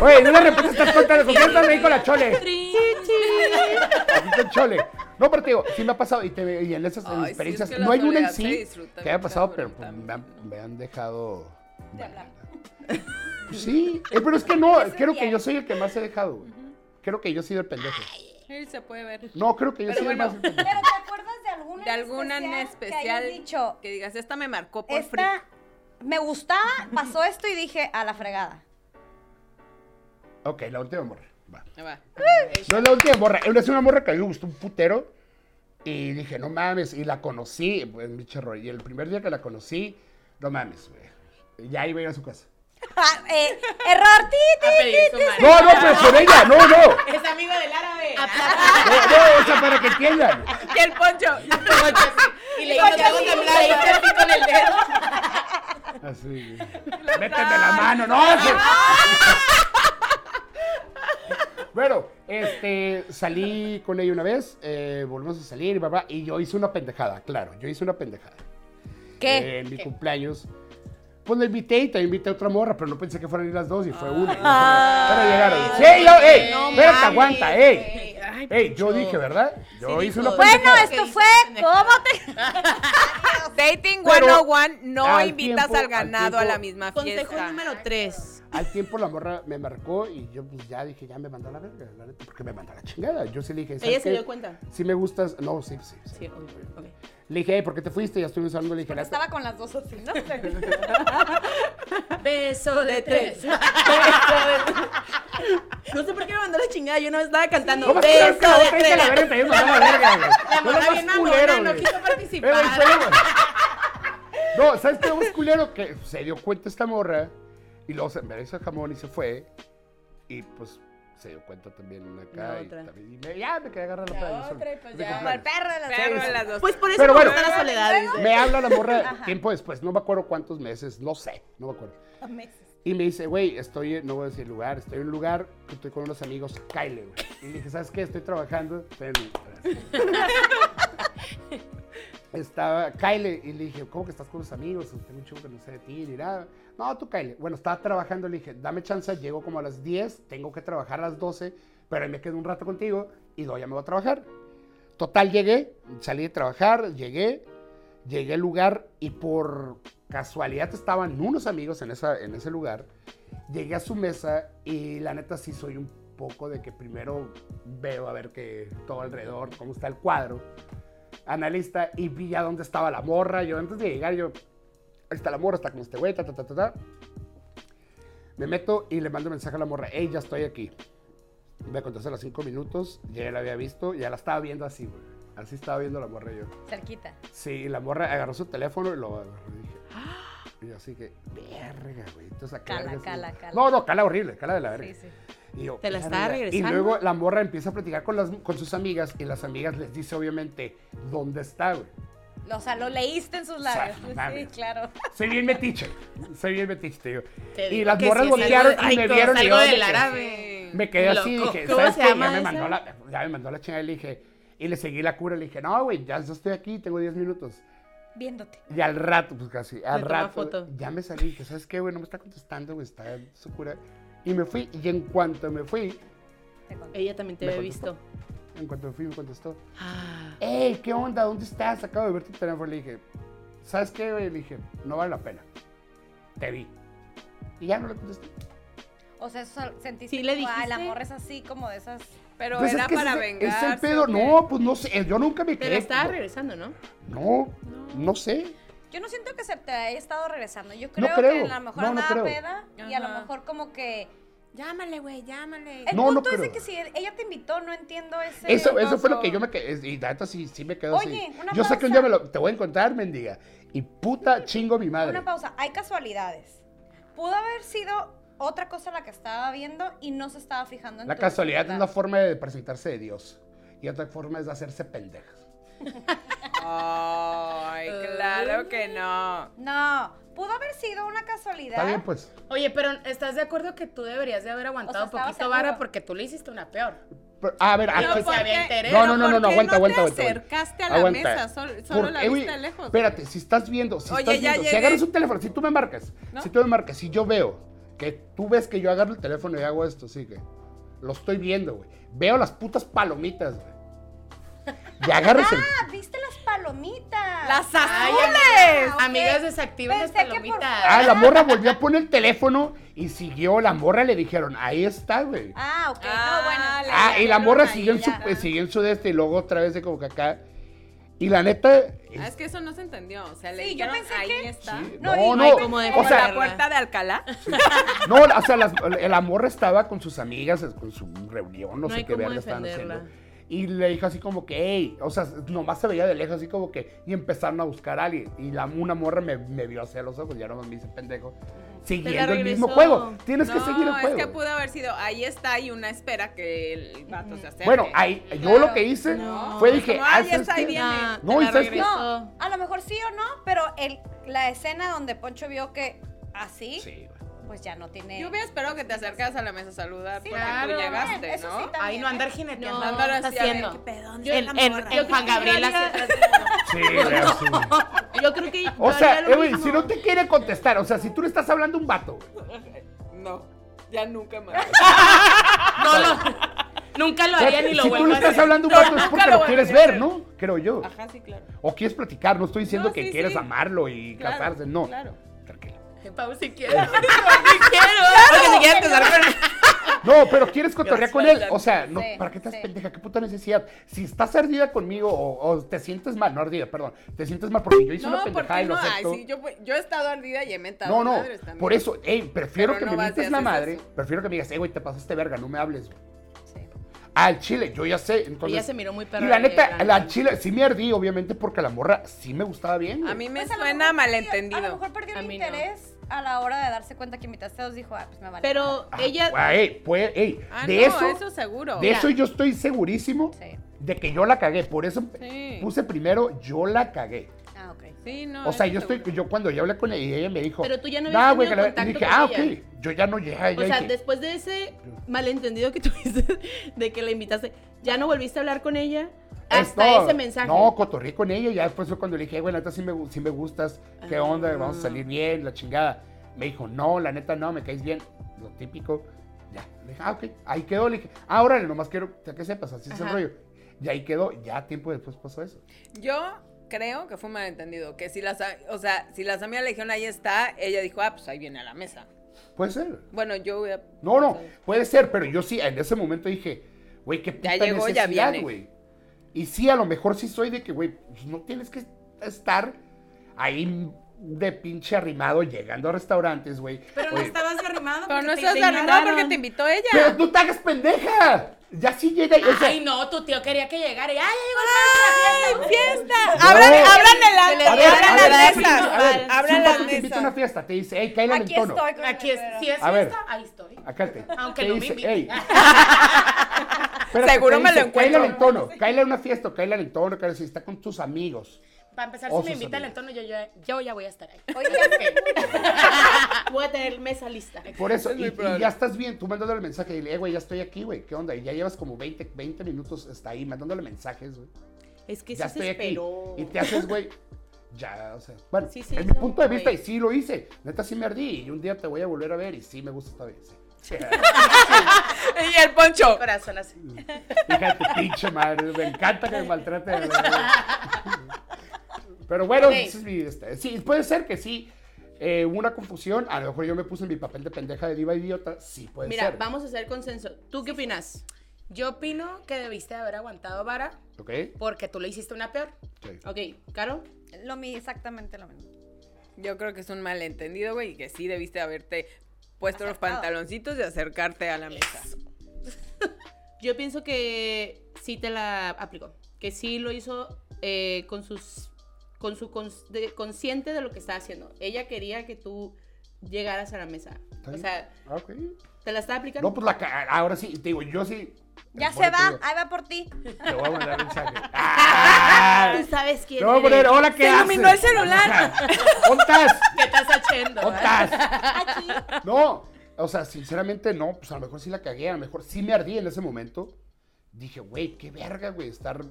F: Oye, de repente estás contando, ¿con quién estás ahí con la Chole? Así con Chole. No, pero te digo, sí me ha pasado y, te- y en esas
H: Ay, sí, es
F: experiencias,
H: que la
F: no hay una en
H: soledad se
F: sí
H: disfruta
F: que haya
H: bien
F: pasado, pero
H: cabrón
F: pues, me,
H: también.
F: han, me han dejado... De hablar. Sí, eh, pero es que no, creo que yo soy el que más he dejado, güey. Creo que yo he sido el pendejo.
C: Se puede ver.
F: No, creo que yo he sido el más... el pendejo.
E: Pero ¿te acuerdas de alguna
H: De alguna en
E: que hayas
H: especial
E: dicho,
H: que digas, esta me marcó por free.
B: Esta me gustaba, pasó esto y dije a la fregada.
F: Ok, la última morra. Va.
H: Ahí va.
F: No es la última morra. Es una morra que a mí me gustó un putero. Y dije, no mames. Y la conocí, pues, pinche rollo. Y el primer día que la conocí, no mames, güey. Ya iba a ir a su casa.
B: Ah, eh, error, ti, ti, ti, ti.
F: No, no, pero con ella, no, no. No,
C: Es amigo del árabe.
F: no, o sea, para que entiendan.
H: Y el poncho.
C: Y le hizo temblar. Le hizo así con el dedo.
F: Así. güey. Méteme la mano, no. se- Bueno, este, salí con ella una vez, eh, volvimos a salir, y papá, y yo hice una pendejada, claro, yo hice una pendejada.
B: ¿Qué?
F: Eh, en mi cumpleaños. Pues la invité y también invité a otra morra, pero no pensé que fueran a ir las dos y fue una.
D: Ah.
F: pero llegaron. ¡Sí, yo! ¡Ey! espérate, aguanta! ¡Ey! ¡Ey! Yo dije, ¿verdad? Yo hice una
B: Bueno,
F: pendejada.
B: esto fue cómo te...
H: Dating
F: Pero
H: 101, no
F: al
H: invitas
F: tiempo-
H: al ganado a
F: al
H: la
F: tiempo-
H: misma
D: Consejo
H: fiesta.
D: número 3.
F: Al tiempo la morra me marcó y yo pues ya dije, ya me mandó a la verga, la neta, porque me mandó a la chingada. Yo sí le dije, ¿sabes
D: ¿Ella se
F: qué?
D: dio cuenta?
F: Si me gustas, no, sí, sí. sí.
D: Sí, ok, ok.
F: Le dije, "Ey, ¿por qué te fuiste? Ya estoy usando, le dije, la neta,
B: Estaba con las dos así, ¿no?
D: Beso de tres. Beso de No sé por qué me mandó la chingada. Yo una vez estaba cantando.
F: ¿Cómo
D: Beso
F: crees que la otra dice
D: de tres.
F: la verga? También mandó a la verga, güey.
D: La
F: No,
D: morra
F: lo más
D: bien
F: culero,
D: mamona, no
F: güey.
D: quiso
F: Pero
D: participar.
F: en serio, güey. No, ¿sabes qué? Un culero que se dio cuenta esta morra y luego se merece el jamón y se fue. Y pues se dio cuenta también una acá.
D: La
F: Y,
D: otra.
F: también, y me- ya me quedé agarrando la playa.
C: otra, y pues ya.
F: Como
B: el perro de las
H: Perro de las dos.
D: Pues por eso
F: Pero
D: me
F: bueno.
D: gusta la soledad. dice.
F: Me habla la morra tiempo después, no me acuerdo cuántos meses, no sé, no me acuerdo. Y me dice, güey, estoy, no voy a decir lugar, estoy en un lugar, que estoy con unos amigos, Kyle, güey. Y le dije, ¿sabes qué? Estoy trabajando. estoy en- Estaba Kyle y le dije, ¿cómo que estás con unos amigos? Tengo un chico que no sé de ti, ni nada. No, tú Kyle. Bueno, estaba trabajando, le dije, dame chance, llego como a las 10, tengo que trabajar a las 12, pero ahí me quedo un rato contigo y luego ya me voy a trabajar. Total, llegué, salí de trabajar, llegué, llegué al lugar y por casualidad estaban unos amigos en, esa, en ese lugar. Llegué a su mesa y la neta sí soy un poco de que primero veo a ver que todo alrededor, cómo está el cuadro. Analista y vi ya dónde estaba la morra. Yo antes de llegar, yo, ahí está la morra, está con este güey, ta, ta, ta, ta, ta. Me meto y le mando mensaje a la morra, hey, ya estoy aquí. Me contestó a los cinco minutos, ya, la había visto, ya la estaba viendo así, güey. Así estaba viendo la morra yo.
B: Cerquita.
F: Sí, y la morra agarró su teléfono y lo agarró. y dije,
D: ¡Ah!
F: Y yo así que, verga, güey. Entonces, ¿a qué
B: Cala,
F: verga se-
B: cala, cala.
F: No, no, cala horrible, cala de la verga. Y yo,
D: Te la
F: verga.
D: estaba regresando.
F: Y luego la morra empieza a platicar con, las, con sus amigas y las amigas les dice, obviamente, ¿dónde está, güey?
B: O sea, lo leíste en sus labios.
F: O sea,
B: sí, claro.
F: Soy bien metiche, soy bien metiche, te digo.
D: Te
F: y
D: digo
F: las
D: que
F: morras
D: sí, es
F: voltearon
D: algo-
F: y
D: ay,
F: me
D: como
F: vieron. y
D: salgo
F: yo
D: del
F: me quedé-
D: árabe.
F: Me quedé así y
D: Loco.
F: dije,
D: ¿Cómo
F: ¿sabes
D: se
F: qué? Ya
D: llama
F: me
D: esa?
F: mandó la, ya me mandó la chingada y le dije, y le seguí la cura y le dije, no, güey, ya ya estoy aquí, tengo 10 minutos.
B: Viéndote.
F: Y al rato, pues casi, al
D: toma
F: rato,
D: foto.
F: ya me salí, que sabes qué, güey, no me está contestando, güey, está su cura. Y me fui, y en cuanto me fui,
D: Ella también te
F: Me
D: había
F: contestó.
D: visto. Ah.
F: en cuanto me fui, me contestó, hey, ¿qué onda? ¿Dónde estás? Acabo de ver tu teléfono. Le dije, ¿sabes qué, güey? Le dije, no vale la pena. Te vi. Y ya no le contesté.
B: O sea, eso sentiste
D: Sí, le
B: como, "Ay, la
D: dijiste.
B: morra es así como de esas.
H: Pero
F: Pues es
H: era
F: que
H: para
F: ese-
H: vengarse.
F: ese pedo,
H: ¿o qué?
F: no, pues no sé, yo nunca me
D: Pero
F: quedé.
D: estaba regresando, ¿no?
F: No, no sé.
B: Yo no siento que se te haya estado regresando. Yo creo,
F: creo.
B: que a lo mejor
F: No, no
B: andaba
F: creo.
B: peda y a lo
H: Ajá.
B: mejor como que. Llámale, güey, llámale. El
F: No, no
B: punto es de
F: creo.
B: que si ella te invitó, no entiendo ese.
F: Eso, eso fue lo que yo me quedé. es- Y la neta sí, sí me quedo así.
B: Oye, una
F: Yo sé que un día me
B: pausa.
F: lo. Te voy a encontrar, mendiga. Y puta chingo mi madre.
B: Una pausa. Hay casualidades. Pudo haber sido otra cosa la que estaba viendo y no se estaba fijando en
F: La
B: tu
F: casualidad es una forma de presentarse de Dios. Y otra forma es de hacerse pendejas.
H: Ay, claro que no.
B: No, pudo haber sido una casualidad.
F: Está bien, pues.
G: Oye, pero ¿estás de acuerdo que tú deberías de haber aguantado
B: O sea, estaba
G: poquito
B: seguro.
G: vara porque tú le hiciste una peor?
F: Pero, A ver, ah, pues,
D: Pero
F: aquí-
D: por- había interés.
F: No, no, no, no, no, aguanta, aguanta,
A: no
F: aguanta.
A: te acercaste a la
F: Aguanta.
A: mesa, sol- solo
F: ¿Por
A: la
F: qué,
A: viste
F: güey?
A: lejos.
F: Espérate, si estás viendo, si
A: Oye,
F: estás
A: ya
F: viendo, si
A: llegué.
F: agarras un teléfono, si tú me marcas, si tú me marcas, si yo veo que tú ves que yo agarro el teléfono y hago esto, sí que lo estoy viendo, güey. Veo las putas palomitas, güey. Y agarras el
E: Ah, ¿viste las palomitas?
A: ¡Las
B: Ah,
D: Ay,
A: azules!
E: ok.
D: Amigas, desactiven las
E: Pensé que por
D: palomitas.
E: fuera.
F: Ah, la morra volvió a poner el teléfono y siguió. La morra le dijeron, ahí está, güey.
E: Ah, ok.
A: Ah,
E: no, bueno.
A: le
F: Ah, y la morra
E: ahí,
F: siguió en, su,
E: ya.
F: eh, siguió en su de este y luego otra vez de como que acá. Y la neta. eh,
A: Ah, es que eso no se entendió. O sea, le
E: Sí, yo
A: dijeron,
E: pensé
A: ahí
E: que-
A: está.
F: no,
E: y-
F: no.
E: ay,
D: como de
A: Como
F: o
A: la
F: sea,
A: puerta de Alcalá.
F: no, o sea, las- la morra estaba con sus amigas, eh, con su reunión, no,
D: No
F: sé
D: hay
F: qué
D: cómo
F: verga estaban
D: defenderla.
F: haciendo. Y le dijo así como que, hey, o sea, nomás se veía de lejos así como que, y empezaron a buscar a alguien. Y la, una morra me, me vio hacia los ojos, ya no me dice pendejo. Siguiendo el mismo
D: regresó.
F: juego. Tienes que
A: no,
F: seguir el
A: es
F: juego.
A: que pudo haber sido, ahí está y una espera que el vato se acerque.
F: Bueno, ahí, yo lo que hice fue dije,
A: Como, "Ay,
F: "Ah,
A: ya
F: ¿sabes
A: está, ahí
F: qué?
A: viene".
F: No, y sabes qué?
B: No, a lo mejor sí o no, pero el, la escena donde Poncho vio que así,
F: Sí, güey.
B: pues ya no tiene.
A: Yo hubiera esperado que te acercaras a la mesa a saludar porque
D: claro.
A: tú llegaste,
E: Eso
A: ¿no?
E: sí también,
D: Ahí no
E: ¿eh?
D: andar jineteando.
A: No,
D: ¿qué está
A: así, a ver,
D: haciendo?
A: ¿qué pedo?
D: Yo- en, en- en Juan Gabriel así.
F: Sí, güey, sí.
D: Yo creo que.
F: O
D: yo
F: sea,
D: haría lo
F: eh, güey,
D: mismo.
F: si no te quiere contestar, o sea, si tú le estás hablando a un vato, güey,
A: No, ya nunca más.
D: No lo- Nunca lo
F: o sea,
D: haría ni lo
F: si tú
D: vuelvo
F: le
D: a
F: estás
D: hacer.
F: hablando a un
A: No,
F: vato es
A: nunca
F: porque
A: lo
F: lo
A: voy a
F: quieres
A: hacer.
F: ver, ¿no? Creo yo.
A: Ajá, sí, claro.
F: O quieres platicar, no estoy diciendo
A: No,
F: que
A: sí,
F: quieres
A: sí.
F: amarlo y
A: Claro,
F: casarse, no.
A: Claro.
F: Tranquilo. Eh.
D: Pau, si quieres. si quiero. Porque si quieres empezar con
F: No, pero quieres cotorrear con él. O sea, no,
B: Sí,
F: ¿para qué estás
B: sí.
F: pendeja? ¿Qué puta necesidad? Si estás ardida conmigo o, o te sientes mal, no ardida, perdón, te sientes mal porque yo hice una
A: No, ¿por
F: pendejada
A: qué
F: y lo
A: no? Ay,
F: acepto.
A: sí, yo, yo he estado ardida y he mentado
F: No, no,
A: madres también.
F: por eso, ey, prefiero
A: Pero
F: que
A: no
F: me
A: vas y
F: mientes la
A: haces
F: madre,
A: eso.
F: prefiero que me digas, eh, güey, te pasaste verga, no me hables. Al chile, yo ya sé, entonces...
D: Ella se miró muy perra,
F: Y la
D: ella,
F: neta,
D: la
F: la
D: neta.
F: chile, sí me ardí, obviamente, porque la morra sí me gustaba bien. güey.
A: A mí me
B: Pues a lo
A: suena
B: mejor perdió- A lo
A: malentendido.
B: mejor perdió
D: A
B: el
D: mí no.
B: interés a la hora de darse cuenta que invitaste a dos. Dijo, ah, pues me vale.
D: Pero
F: Ah,
D: ella.
F: güey, pues, ey,
A: Ah,
F: de
A: no,
F: eso,
A: eso seguro.
F: de eso yo estoy segurísimo
B: Sí.
F: de que yo la cagué, por eso
A: Sí.
F: puse primero, yo la cagué.
B: Ah, ok.
A: Sí, no.
F: O sea,
A: eso
F: yo estoy,
A: seguro.
F: yo cuando yo hablé con ella, ella me dijo,
D: Pero tú ya no
F: "Nah,
D: habías
F: güey, que la-".
D: tenido
F: Y
D: contacto
F: dije,
D: con
F: ah,
D: ella.
F: ok, yo ya no llegué a ella.
D: O sea,
F: dije,
D: después de ese malentendido que tuviste, de que la invitaste, ya no volviste a hablar con ella hasta
F: Esto-
D: ese mensaje.
F: No, pues- cotorré con ella. Ya después fue cuando le dije, güey, la neta sí me, gu- sí me gustas.
D: Ah.
F: ¿Qué onda? Vamos a salir bien, la chingada. Me dijo, no, la neta no, me caes bien. Lo típico. Ya. Le dije, ah, ok. Ahí quedó. Le dije, ah, órale, nomás quiero ya que sepas, así es el
D: Ajá.
F: rollo. Y ahí quedó. Ya tiempo después pasó eso.
A: Yo creo que fue un malentendido. Que si las, a- o sea, si las amigas le dijeron ahí está, ella dijo, ah, pues ahí viene a la mesa.
F: Puede ser.
A: Bueno, yo hubiera-
F: No, no, puede ser, pero yo sí, en ese momento dije, güey, qué puta
A: Ya llegó, ya
F: necesidad,
A: viene.
F: güey. Y sí, a lo mejor sí soy de que, güey, pues, no tienes que estar ahí de pinche arrimado llegando a restaurantes, güey.
G: Pero no
F: Oye,
G: estabas arrimado.
A: Pero
G: porque
A: no
G: te-
A: estás
G: te
A: arrimada
G: ignoraron.
A: porque te invitó ella.
F: Pero no te hagas pendeja. Ya sí llega. y, O sea,
G: Ay, no, tu tío quería que llegara. Y, ay,
A: ¡Ay, fiesta!
F: No.
A: ¡Abran, abran el
F: a ver, a
A: abran
F: ver,
A: las
F: sí,
A: mesas!
F: a ver, si
A: ¡Abran
F: un
A: las
F: vato te invita a una
A: mesas!
F: fiesta, te dice, hey, cállale en
B: Aquí
F: tono.
B: estoy con
G: llegó.
B: el
G: Aquí es,
B: bebedero.
G: si es
F: A ver.
G: esta, ahí estoy.
F: Acá te.
G: Aunque
F: te
G: no me
F: dice,
G: invite.
F: "Ey". Espérate,
A: Seguro
F: te
A: me lo
F: dice, "Cáele
A: encuentro".
F: en tono, cáele en una fiesta, cáele en tono, cáele si está con tus amigos.
G: Para empezar,
F: O
G: si me
F: sus
G: invitan al
F: amigas.
G: entorno, yo, ya- yo ya voy a estar ahí.
B: Oye,
D: Ah,
G: Voy a tener mesa lista.
F: Por eso, y, y ya estás bien, tú mandándole el mensaje, dile, "Eh, güey, ya estoy aquí, güey, ¿qué onda? Y ya llevas como 20, 20 minutos está ahí mandándole mensajes, güey.
D: Es que
F: Ya
D: sí se
F: estoy aquí.
D: esperó.
F: Y te haces, güey, ya, o sea, bueno,
D: Sí,
F: en
D: sí,
F: mi
D: no,
F: punto de vista,
D: güey.
F: y sí lo hice, neta sí me ardí, y un día te voy a volver a ver, y sí me gusta esta vez. ¿eh? sí.
A: Y el poncho.
G: Corazón así.
F: Fíjate, pinche madre, me encanta que me maltraten. güey. Pero bueno, ese es mi, este, sí, puede ser que sí. eh, hubo una confusión, a lo mejor yo me puse en mi papel de pendeja de diva idiota, sí puede
D: Mira,
F: ser.
D: vamos a hacer consenso. ¿Tú qué opinas? Yo opino que debiste haber aguantado vara
F: ¿Ok?
D: porque tú le hiciste una peor.
F: Sí.
D: Ok, Caro.
B: lo mismo, exactamente lo mismo.
A: Yo creo que es un malentendido, güey, y que sí debiste haberte puesto los pantaloncitos y acercarte a la mesa.
D: Yo pienso que sí te la aplicó. Que sí lo hizo eh, con sus con su cons- de- consciente de lo que estaba haciendo. Ella quería que tú llegaras a la mesa.
F: ¿Está
D: O
F: bien?
D: sea,
F: Ah, ok.
D: te la estaba aplicando.
F: No, pues la ca- ahora sí, te digo, yo sí.
B: Ya
F: Bueno,
B: se va,
F: te digo,
B: ahí va por ti.
F: Te voy a mandar mensaje. ¡Ah!
D: Tú sabes quién
F: Te voy a
D: eres.
F: poner, hola, ¿qué
A: Se
F: haces?
A: iluminó el celular.
F: ¿Dónde estás?
D: ¿Qué estás haciendo?
F: ¿Dónde
D: ah?
F: estás? No, o sea, sinceramente no, pues a lo mejor sí la cagué, a lo mejor sí me ardí en ese momento. dije, güey, qué verga, güey, estar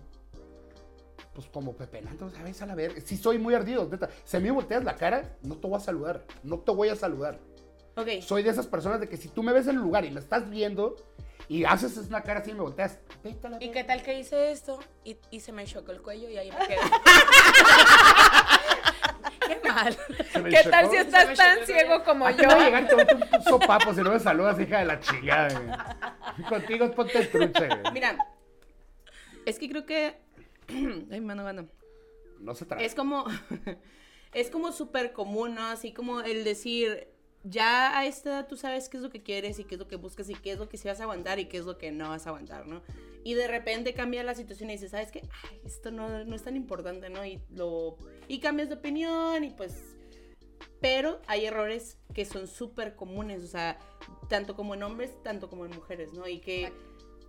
F: pues como pepenando, ¿sabes? A la verga. Sí soy muy ardido, neta. Si a mí me volteas la cara, no te voy a saludar. No te voy a saludar.
D: Ok.
F: Soy de esas personas de que si tú me ves en el lugar y me estás viendo y haces una cara así y me volteas, vete a la
G: ¿Y
F: verga.
G: qué tal que hice esto? Y, y se me chocó el cuello y ahí me quedé. Qué mal.
F: Se me
A: ¿Qué tal
F: chocó.
A: si estás tan ciego como
F: Yo
A: yo?
F: voy a llegar y te voy a meter un sopapo si no me saludas, hija de la chingada, güey. Contigo ponte trucha, güey.
D: Mira, es que creo que. Ay, mano, mano.
F: No se trata.
D: Es como. Es como súper común, ¿no? Así como el decir. Ya a esta edad tú sabes qué es lo que quieres y qué es lo que buscas y qué es lo que sí vas a aguantar y qué es lo que no vas a aguantar, ¿no? Y de repente cambia la situación y dices, ¿sabes qué? Ay, esto no, no es tan importante, ¿no? Y, lo, y cambias de opinión y pues pero hay errores que son súper comunes, o sea, tanto como en hombres, tanto como en mujeres, ¿no? Y que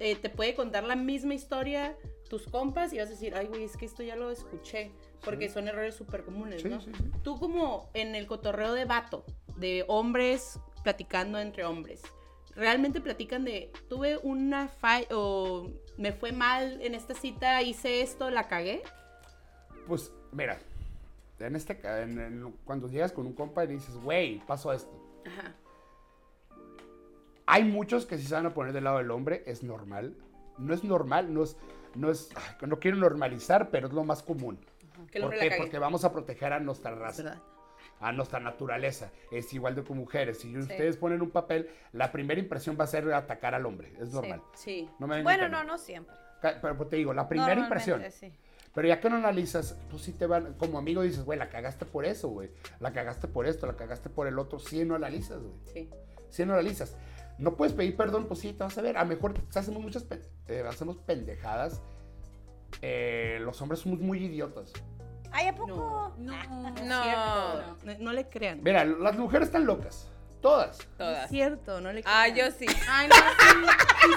D: eh, te puede contar la misma historia tus compas y vas a decir, ay, güey, es que esto ya lo escuché, porque son errores súper comunes,
F: Sí,
D: ¿no?
F: sí, sí.
D: Tú como en el cotorreo de vato, de hombres platicando entre hombres, realmente platican de, tuve una falla o me fue mal en esta cita, hice esto, la cagué.
F: Pues, mira, en este, ca- en- en- cuando llegas con un compa y le dices, güey, pasó esto.
D: Ajá.
F: Hay muchos que sí se van a poner del lado del hombre, es normal. No es normal, no es, no es, ay, no quiero normalizar, pero es lo más común.
D: Que el
F: ¿Por
D: hombre
F: qué?
D: la cague.
F: Porque vamos a proteger a nuestra
D: Es
F: raza,
D: verdad.
F: a nuestra naturaleza. Es igual de con mujeres. Si ustedes ponen un papel, la primera impresión va a ser atacar al hombre. Es normal.
D: Sí.
F: No me vengan
B: Bueno,
F: con-
B: no, no siempre.
F: Ca- Pero pues te digo, la primera
B: Normalmente,
F: impresión.
B: sí.
F: Pero ya que no analizas, tú sí te van, como amigo dices, güey, la cagaste por eso, güey. La cagaste por esto, la cagaste por el otro. Sí, no analizas, güey.
D: Sí.
F: Sí, no analizas. No puedes pedir perdón, pues sí, te vas a ver. A lo mejor te hacemos muchas pen- eh, hacemos pendejadas. Eh, los hombres somos muy idiotas.
B: Ay, ¿a poco?
A: No.
D: Cierto. No, no le crean.
F: Mira, las mujeres están locas. Todas.
A: Todas.
D: Cierto, no le crean.
A: Ah, yo sí.
G: Ay, no, sí,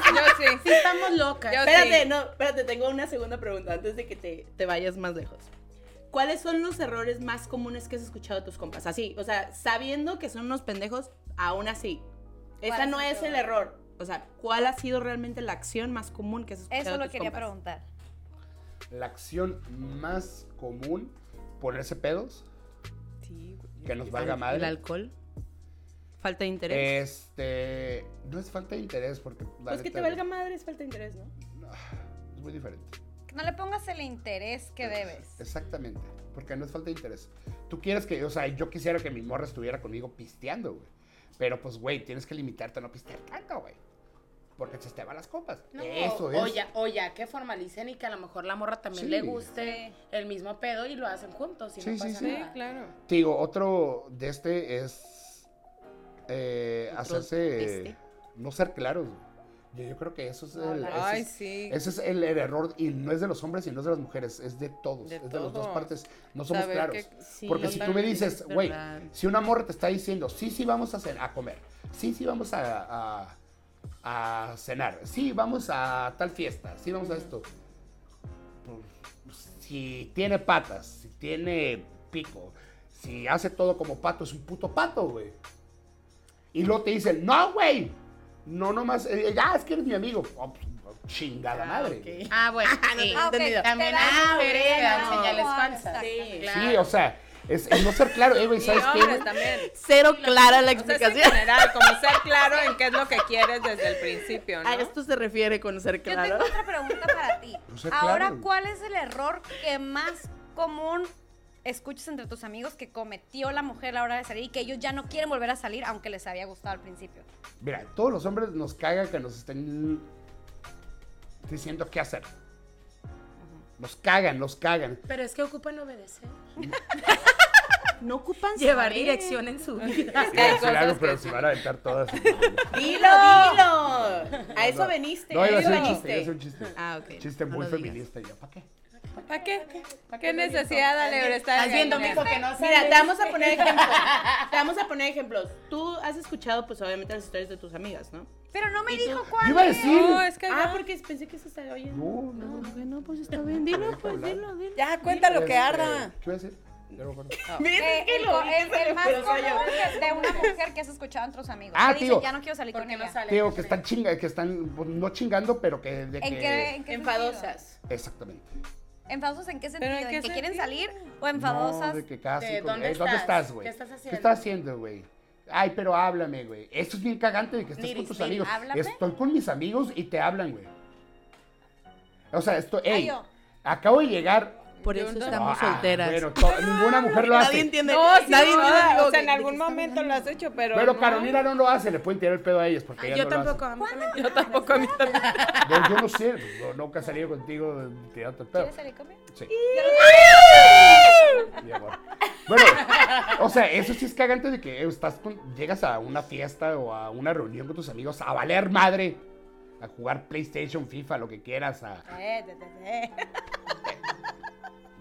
A: Yo sí.
G: sí estamos locas.
A: Yo
D: Espérate,
A: sí.
D: no, espérate, tengo una segunda pregunta antes de que te, te vayas más lejos. ¿Cuáles son los errores más comunes que has escuchado de tus compas? Así, o sea, sabiendo que son unos pendejos, aún así. Esa no es el error. O sea, ¿cuál ha sido realmente la acción más común que has escuchado
B: Eso
D: de
B: lo
D: tus
B: quería
D: compas?
B: preguntar.
F: La acción más común, ponerse pedos. Que nos valga madre.
D: ¿El alcohol? ¿Falta de interés?
F: Este. No es falta de interés, porque. la
D: pues que
F: neta,
D: te valga madre es falta de interés, ¿no?
F: Es muy diferente.
B: No le pongas el interés que debes.
F: Exactamente, porque no es falta de interés. Tú quieres que, o sea, yo quisiera que mi morra estuviera conmigo pisteando, güey. Pero pues, güey, tienes que limitarte a no pistear tanto, güey. Porque se te van las copas. Eso es.
G: O ya, o ya que formalicen y que a lo mejor la morra también
F: Sí.
G: le guste el mismo pedo y lo hacen juntos y
F: Sí,
G: no
F: sí,
G: pasa
F: sí.
G: nada.
A: claro.
F: Te digo, otro de este es eh, hacerse
D: este.
F: no ser claros. güey. Yo, yo creo que eso es el, ese
A: Ay,
F: es-
A: sí.
F: ese es el, el error y no es de los hombres y no es de las mujeres, es de todos,
A: De
F: es de las dos
A: todos.
F: partes. No somos
A: Saber
F: claros.
A: que-
D: Sí,
F: Porque si tú me
D: totalmente,
F: dices,
D: es
F: güey,
D: verdad.
F: si una morra te está diciendo, sí, sí, vamos a, cen- a comer, sí, sí, vamos a, a- a cenar, sí, vamos a tal fiesta, sí, vamos a esto. Pues, Si tiene patas, si tiene pico, si hace todo como pato, es un puto pato, güey. Y luego te dicen, no, güey, no, nomás, eh, ya, es que eres mi amigo. Oh, pues, chingada madre. güey.
G: Ah, bueno. sí.
B: Ah, ok, te
G: También
B: dan
G: hay mujeres que
B: señales,
G: dan señales
B: ah,
G: falsas.
B: exactamente.
F: Sí, o sea, es, es no ser claro, eh, güey,
A: Y
F: ¿sabes qué? güey?
A: hombres también.
D: Cero clara la
A: O sea, es en
D: explicación.
A: general, como ser claro en qué es lo que quieres desde el principio, Ah, ¿no?
D: A esto se refiere con ser
B: Yo
D: claro.
B: tengo otra pregunta para ti.
F: No sé,
B: Ahora,
F: claro.
B: ¿cuál es el error que más común escuchas entre tus amigos que cometió la mujer a la hora de salir y que ellos ya no quieren volver a salir aunque les había gustado al principio?
F: Mira, todos los hombres nos caga que nos estén diciendo qué hacer. Nos cagan, nos cagan.
G: Pero es que ocupan obedecer.
D: No ocupan
G: Llevar
D: saber.
G: dirección en su vida.
A: que hay
F: Iba a decir
A: cosas
F: algo, pero
A: que-
F: se van a aventar todas.
D: Dilo, dilo. A eso
F: No,
D: veniste.
F: No,
D: a
F: iba a
D: eso
F: ser un
D: viniste.
F: chiste, iba a ser un chiste.
D: Ah, ok.
F: Chiste
D: No
F: muy
D: lo digas.
F: feminista. Yo, ¿para qué?
A: ¿Para qué? ¿Para qué necesidad de leer esta
G: Estás viendo, mijo, que no
D: Mira, te
G: sabes.
D: vamos a poner ejemplos. Te vamos a poner ejemplos. Tú has escuchado, pues, obviamente, las historias de tus amigas, ¿no?
B: Pero no me
D: ¿Y tú?
B: dijo cuál.
F: Yo iba a
B: es.
F: decir.
A: No, es que
D: Ah, porque pensé que eso estaba oyendo.
F: No, no, no.
D: Bueno, pues está bien. Dilo, pues, dilo, dilo.
A: ya cuenta lo
F: Este,
A: que arda.
F: ¿Qué iba a decir? Yo no me acuerdo.
B: Eh, el, co- el- el más común que- de una mujer que has escuchado entre tus amigos.
F: Ah,
B: que dice,
F: tío.
B: ya no quiero salir con
G: Porque
B: ella.
G: no sale.
F: Digo que están chinga, que están pues, no chingando, pero que de
B: ¿En
F: que-
B: qué, en qué sentido?
G: Enfadosas.
F: Exactamente.
B: ¿Enfadosos en qué sentido? ¿En,
G: qué
B: que quieren salir o
F: No,
B: enfadosas?
F: de que cada
G: de
F: cinco-
G: dónde
F: eh, ¿Dónde
G: estás,
F: estás, güey?
G: qué estás
F: ¿Qué
G: haciendo.
F: estás haciendo, güey? Ay, pero háblame, güey. Esto es bien cagante de que estés con
G: Niris,
F: tus
G: Niris,
F: amigos.
B: háblame.
F: Estoy con mis amigos y te hablan, güey. O sea, esto,
B: Ay,
F: hey,
B: yo.
F: acabo de llegar.
D: Por eso estamos
F: Ah,
D: solteras.
F: Bueno, to- ninguna mujer lo hace.
D: Nadie entiende.
A: No, sí,
D: Nadie
A: no,
D: entiende algo
A: o sea,
D: de-
A: en
D: de
A: algún
D: qué estamos
A: momento lo has hecho, pero.
F: Pero
A: no.
F: Carolina no lo hace, le pueden tirar el pedo a ellas porque ellas
G: Yo
F: no
G: tampoco.
F: Lo
G: a mí también.
A: Yo tampoco a mí también.
F: hacen. Yo, yo no sé, no, nunca he salido contigo de tirarte el pedo.
B: ¿Quieres salir conmigo?
F: Sí. Mi amor. Bueno, o sea, eso sí es cagante de que estás con- llegas a una fiesta o a una reunión con tus amigos a valer madre, a jugar PlayStation, FIFA, lo que quieras, a...
B: Eh,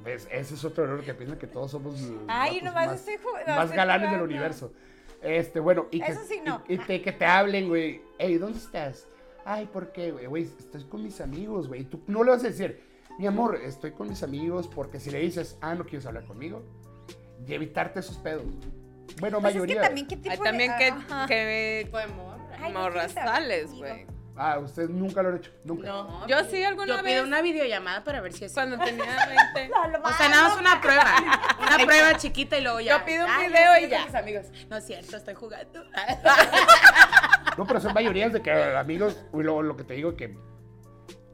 F: ¿Ves? Ese es otro error que piensan que todos somos eh,
B: Ay,
F: vatos
B: nomás este
F: más,
B: estoy ju-
F: más
B: estoy
F: galanes del
B: jugando. Pues
F: universo. Este, bueno, y que,
B: Eso sí, no.
F: y, y te- que te hablen, güey. Ey, ¿dónde estás? Ay, ¿por qué, güey? Güey, estoy con mis amigos, güey. Tú no le vas a decir, mi amor, estoy con mis amigos, porque si le dices, ah, no quieres hablar conmigo, y evitarte esos pedos. Bueno,
B: Pues es
F: mayoría.
B: que también, ¿qué
A: Ay,
B: tipo
A: también
B: de...?
A: que,
B: Ajá.
A: que
G: Tipo de morra.
B: Ay, no
A: morras
B: quieres hablar
A: sales,
B: conmigo.
A: güey.
F: Ah, ustedes nunca lo han hecho. Nunca.
G: No.
A: Yo sí alguna
G: Yo
A: vez.
G: pido una videollamada para ver si es.
A: Cuando tenía 20.
G: O sea, nada más una prueba. Una prueba chiquita y luego ya.
A: Yo pido un
G: Ay,
A: video
G: estoy
A: y ya.
G: con mis amigos. No es cierto, estoy jugando.
F: No, pero son mayorías de que eh, amigos, y luego lo que te digo que.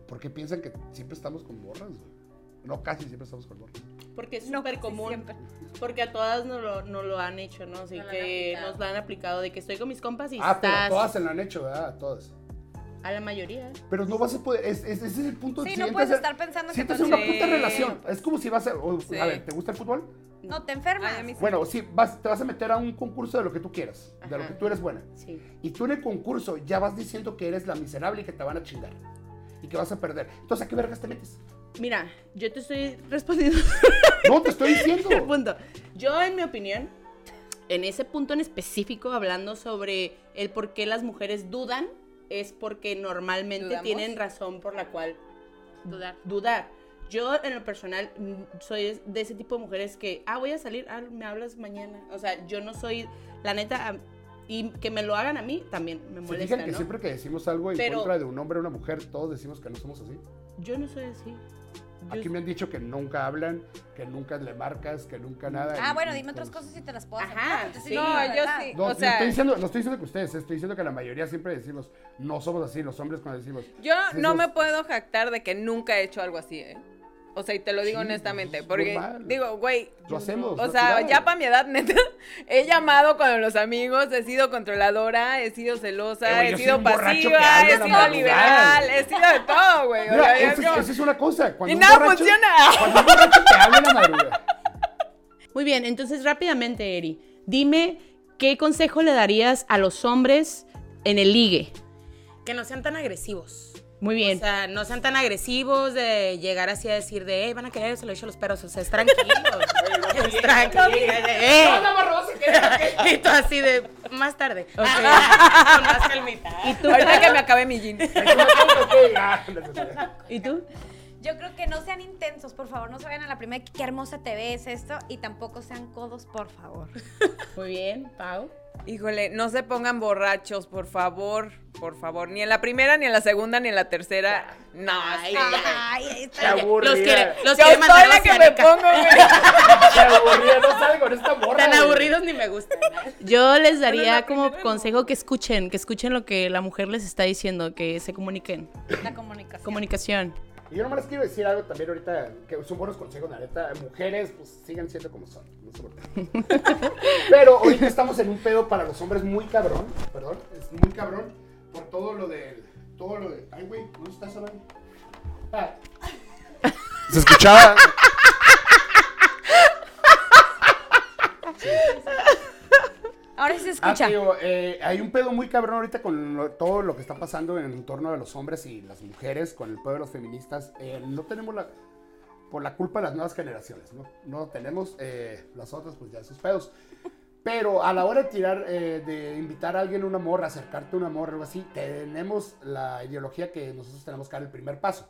F: ¿Por qué piensan que siempre estamos con morras, güey? No, casi siempre estamos con morras.
D: Porque es súper común. Porque a todas nos lo, nos lo han hecho, ¿no? Así
G: Nos lo han
D: que
G: aplicado.
D: nos lo han aplicado de que estoy con mis compas y
F: Ah, pero
D: estás.
F: todas se lo han hecho, ¿verdad? A Todas.
D: A la mayoría.
F: Pero no vas a poder. Es, es- ese es el punto.
B: Sí,
F: si
B: no
F: entras
B: puedes
F: a-
B: estar pensando que
F: Si entras
B: tú-
F: en una
A: Sí.
F: puta relación. Es como si vas a. o-
A: Sí.
F: A ver, ¿te gusta el fútbol?
B: No, te enfermas.
A: Ay, a mí sí.
F: Bueno, sí, vas, te vas a meter a un concurso de lo que tú quieras, de lo
D: Ajá.
F: que tú eres buena.
D: Sí.
F: Y tú en el concurso ya vas diciendo que eres la miserable y que te van a chingar. Y que vas a perder. Entonces, ¿a qué vergas te metes?
D: Mira, yo te estoy respondiendo
F: No, te estoy diciendo.
D: el punto. Yo, en mi opinión, en ese punto en específico, hablando sobre el por qué las mujeres dudan, es porque normalmente
A: ¿Dudamos?
D: tienen razón por la cual dudar. dudar. Yo, en lo personal, mm, soy es- de ese tipo de mujeres que, ah, voy a salir, ah, me hablas mañana. O sea, yo no soy, la neta, a- y que me lo hagan a mí también me
F: Se
D: molesta,
F: fijan que
D: ¿no?
F: siempre que decimos algo en
D: Pero-
F: contra de un hombre o una mujer, todos decimos que no somos así.
D: Yo no soy así. Yo
F: Aquí me han dicho que nunca hablan, que nunca le marcas, que nunca nada.
B: Ah,
F: y-
B: bueno,
F: y
B: dime otras
F: todos-
B: cosas y te las puedo
D: Ajá,
B: aceptar, porque te
D: sí.
B: digo
A: No,
B: la
A: yo
B: verdad.
A: sí.
F: pues No,
A: o
F: no
A: sea,
F: estoy diciendo, no estoy diciendo que la mayoría, estoy diciendo que la mayoría siempre decimos, no somos así, los hombres cuando decimos.
A: yo
F: sí,
A: no
F: sí.
A: me puedo jactar de que nunca he hecho algo así, ¿eh? O sea, y te lo digo
F: Sí,
A: honestamente,
F: es
A: porque
F: normal.
A: digo, güey,
F: Lo hacemos.
A: O sea,
F: natural.
A: ya para mi edad, neta, he llamado con los amigos, he sido controladora, he sido
F: Eh,
A: celosa,
F: güey, yo
A: he
F: soy
A: sido
F: un borracho que
A: pasiva,
F: habla
A: he
F: en la
A: sido
F: madrugada.
A: liberal, he sido de todo, güey. O
F: Mira,
A: sea, ya
F: esa
A: como-
F: es, esa es una cosa. Cuando
A: Y
F: un
A: nada
F: borracho-
A: funciona.
F: Cuando un borracho te habla en la madrugada.
D: Muy bien, entonces rápidamente, Eri, dime qué consejo le darías a los hombres en el ligue.
G: Que no sean tan agresivos.
D: Muy bien.
G: O sea, no sean tan agresivos de llegar así a decir de, hey, van a querer, se lo he hecho a los perros. O sea, es tranquilo. es tranquilo. Eh. Y tú así de, más tarde. Con más calmita.
D: ¿Y tú?
A: Ahorita que me acabé mi jean.
F: Es una cosa que- ah, no, no, no.
D: ¿Y tú?
B: Yo creo que no sean intensos, por favor, no se vayan a la primera, qué hermosa te ves esto, y tampoco sean codos, por favor.
D: Muy bien, Pau.
A: Híjole, no se pongan borrachos, por favor, por favor. Ni en la primera, ni en la segunda, ni en la tercera. No, sí.
B: Ay, ahí
F: Qué
B: está.
F: aburrida.
G: Los quiere, los
A: Yo
G: quiere
A: soy
G: mandar
A: la que me pongo, güey.
F: Qué aburrida. No sale con esta morra.
G: Tan
F: güey.
G: aburridos ni me gustan.
D: Yo les daría como consejo que escuchen, que escuchen lo que la mujer les está diciendo, que se comuniquen.
B: La comunicación.
D: Comunicación.
F: Y yo nomás les quiero decir algo también ahorita, que son buenos consejos, la neta. Mujeres, pues sigan siendo como son. No sé por qué. Pero ahorita estamos en un pedo para los hombres muy cabrón. Perdón, es muy cabrón por todo lo del. Todo lo de. Ay, güey, ¿dónde estás Ah. hablando? Se escuchaba.
B: Ahora sí se
F: Ah,
B: escucha.
F: tío, eh, hay un pedo muy cabrón ahorita con lo- todo lo que está pasando en el torno de los hombres y las mujeres, con el pedo de los feministas. Eh, no tenemos la, por la culpa de las nuevas generaciones, ¿no? No tenemos eh, las otras, pues ya sus pedos. Pero a la hora de tirar, eh, de invitar a alguien a una morra, acercarte a una morra o algo así, tenemos la ideología que nosotros tenemos que dar el primer paso.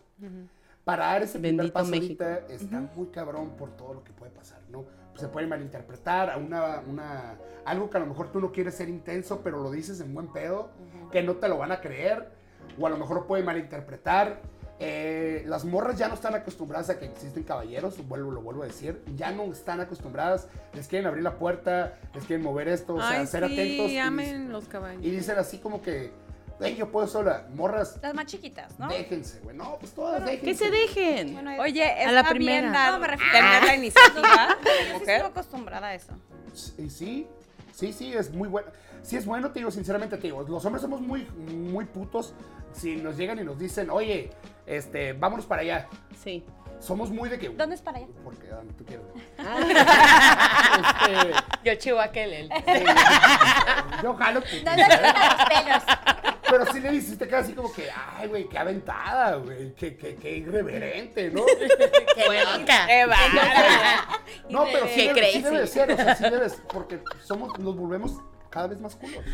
F: para dar ese primer
D: Bendito
F: paso
D: México.
F: ahorita está muy cabrón por todo lo que puede pasar, ¿no? Pues, Se puede malinterpretar a una, una, algo que a lo mejor tú no quieres ser intenso, pero lo dices en buen pedo, que no te lo van a creer, o a lo mejor lo puede malinterpretar. Eh, las morras ya no están acostumbradas a que existen caballeros, vuelvo, lo vuelvo a decir, ya no están acostumbradas, les quieren abrir la puerta, les quieren mover esto, o sea,
H: Ay,
F: ser atentos.
H: sí,
F: y-
H: amen los
F: y
H: caballos.
F: dicen así como que, "Ey, yo puedo sola, morras,
B: Las más chiquitas, ¿no?
F: déjense, güey. No, pues todas déjense.
D: Que se dejen.
B: Bueno, es-
A: Oye, está
D: A la
A: bien
D: primera.
A: dar-
B: No, me refiero-
A: tener Ah, la iniciativa.
B: yo sí
A: ¿ok?
B: estoy acostumbrada a eso.
F: Y sí, sí, sí, es muy bueno. Sí es bueno, te digo, sinceramente te digo, los hombres somos muy, muy putos. Si nos llegan y nos dicen, oye, este, vámonos para allá.
D: Sí.
F: Somos muy de que...
B: ¿Dónde es para allá?
F: Porque a donde tú quieras. güey.
G: Yo chihuahua
F: Este, yo jalo. que-
B: ¿Dónde están los pelos?
F: Pero sí le hiciste casi como que, ay, güey, qué aventada, güey, qué, qué, qué irreverente, ¿no?
A: Qué bárbara.
F: No, pero sí,
D: ¿Qué
F: debe, sí
D: crees?
F: debe de ser, o sea, sí debes, porque somos, nos volvemos cada vez más culos.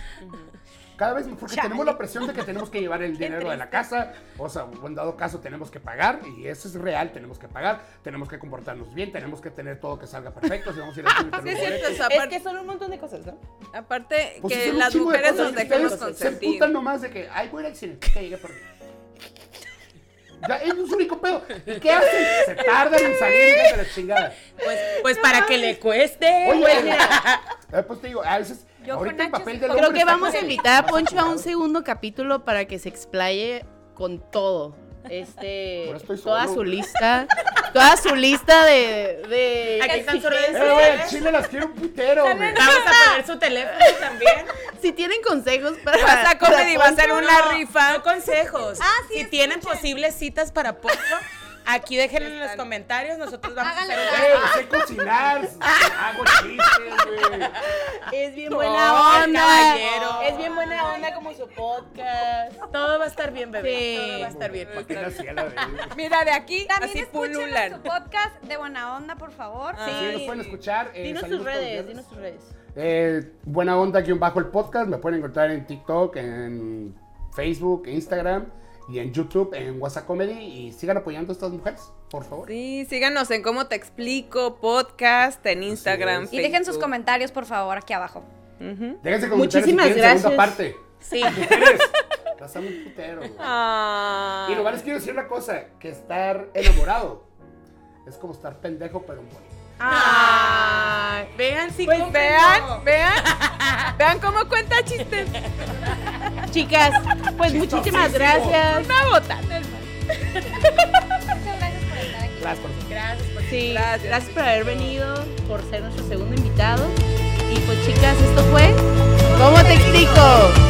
F: Cada vez, porque tenemos la presión de que tenemos que llevar el dinero de la casa, o sea, en dado caso tenemos que pagar, y eso es real, tenemos que pagar, tenemos que comportarnos bien, tenemos que tener todo que salga perfecto, si vamos a ir al cine,
H: Sí, es
F: tenemos
H: cierto, o
F: boletos.
H: sea,
D: Es
H: aparte,
D: que son un montón de cosas, ¿no?
H: aparte
F: Pues sí,
H: que
F: son un
H: las
F: chingo de
H: mujeres
F: cosas
H: nos
F: que
H: dejamos
F: ustedes Se
H: consentir.
F: emputan nomás de que, ay, voy a ir al cine, que llegue por mí. Ya, es su único pedo. ¿Y qué hacen? Se tardan en salir, hijas de la chingada.
G: Pues, pues para que le cueste.
F: Oye,
G: güey.
F: eh, pues te digo, a veces ahorita el papel del
D: Creo
F: hombre
D: que
F: está Eh,
D: vamos a
F: como
D: invitar a
F: más
D: Poncho a un
F: apurado.
D: segundo capítulo para que se explaye con todo. Este,
F: Ahora estoy
D: toda
F: solo.
D: su lista, toda su lista de, de
G: Aquí están sus redes
F: Eh, güey, al
G: sociales.
F: Chile las quiero un putero, güey. Eh,
G: Vamos a poner su teléfono también.
D: Si tienen consejos para
A: Vas a
D: para
A: comedy, va a
D: Poncho,
A: ser una
G: No,
A: rifa.
G: No consejos. si tienen posibles citas para Poncho, aquí déjenlo en los comentarios. Nosotros vamos a hacer
F: Ey, sé cocinar, hago chistes, güey.
G: Es bien
D: buena onda.
G: caballero. Es bien buena onda como su podcast. Todo va a estar bien, bebé.
D: Sí.
G: Todo va a estar bien.
F: Porque la ciela, güey.
A: Mira, de aquí
B: También
A: así
B: escuchen su
A: pululan.
B: podcast de Buena Onda, por favor.
F: Sí, los pueden escuchar. eh, salimos
D: Dinos tus
F: todos los
D: redes,
F: viernes.
D: dinos tus redes.
F: Eh, buena onda guión bajo el podcast. Me pueden encontrar en TikTok, en Facebook, Instagram y en YouTube, en WhatsApp Comedy. Y sigan apoyando a estas mujeres, por favor.
A: Sí, síganos en cómo te explico podcast en Instagram.
B: Y dejen sus
A: Facebook.
B: comentarios, por favor, aquí abajo.
F: Déjense con
D: Muchísimas
F: segunda
D: gracias.
F: parte.
D: Sí.
F: Mujeres, las amo un putero, güey.
A: Ah.
F: Y nomás les quiero decir una cosa, que estar enamorado es como estar pendejo pero bonito.
G: Ay, vean si
A: Pues
G: cómprenlo.
A: vean, vean, vean cómo cuenta chistes.
D: Ah, Chicas, pues muchísimas gracias.
A: Una bota.
F: Gracias por
D: Sí, gracias, por haber venido, por ser nuestro segundo invitado. Y pues chicas, esto fue ¿Cómo te explico?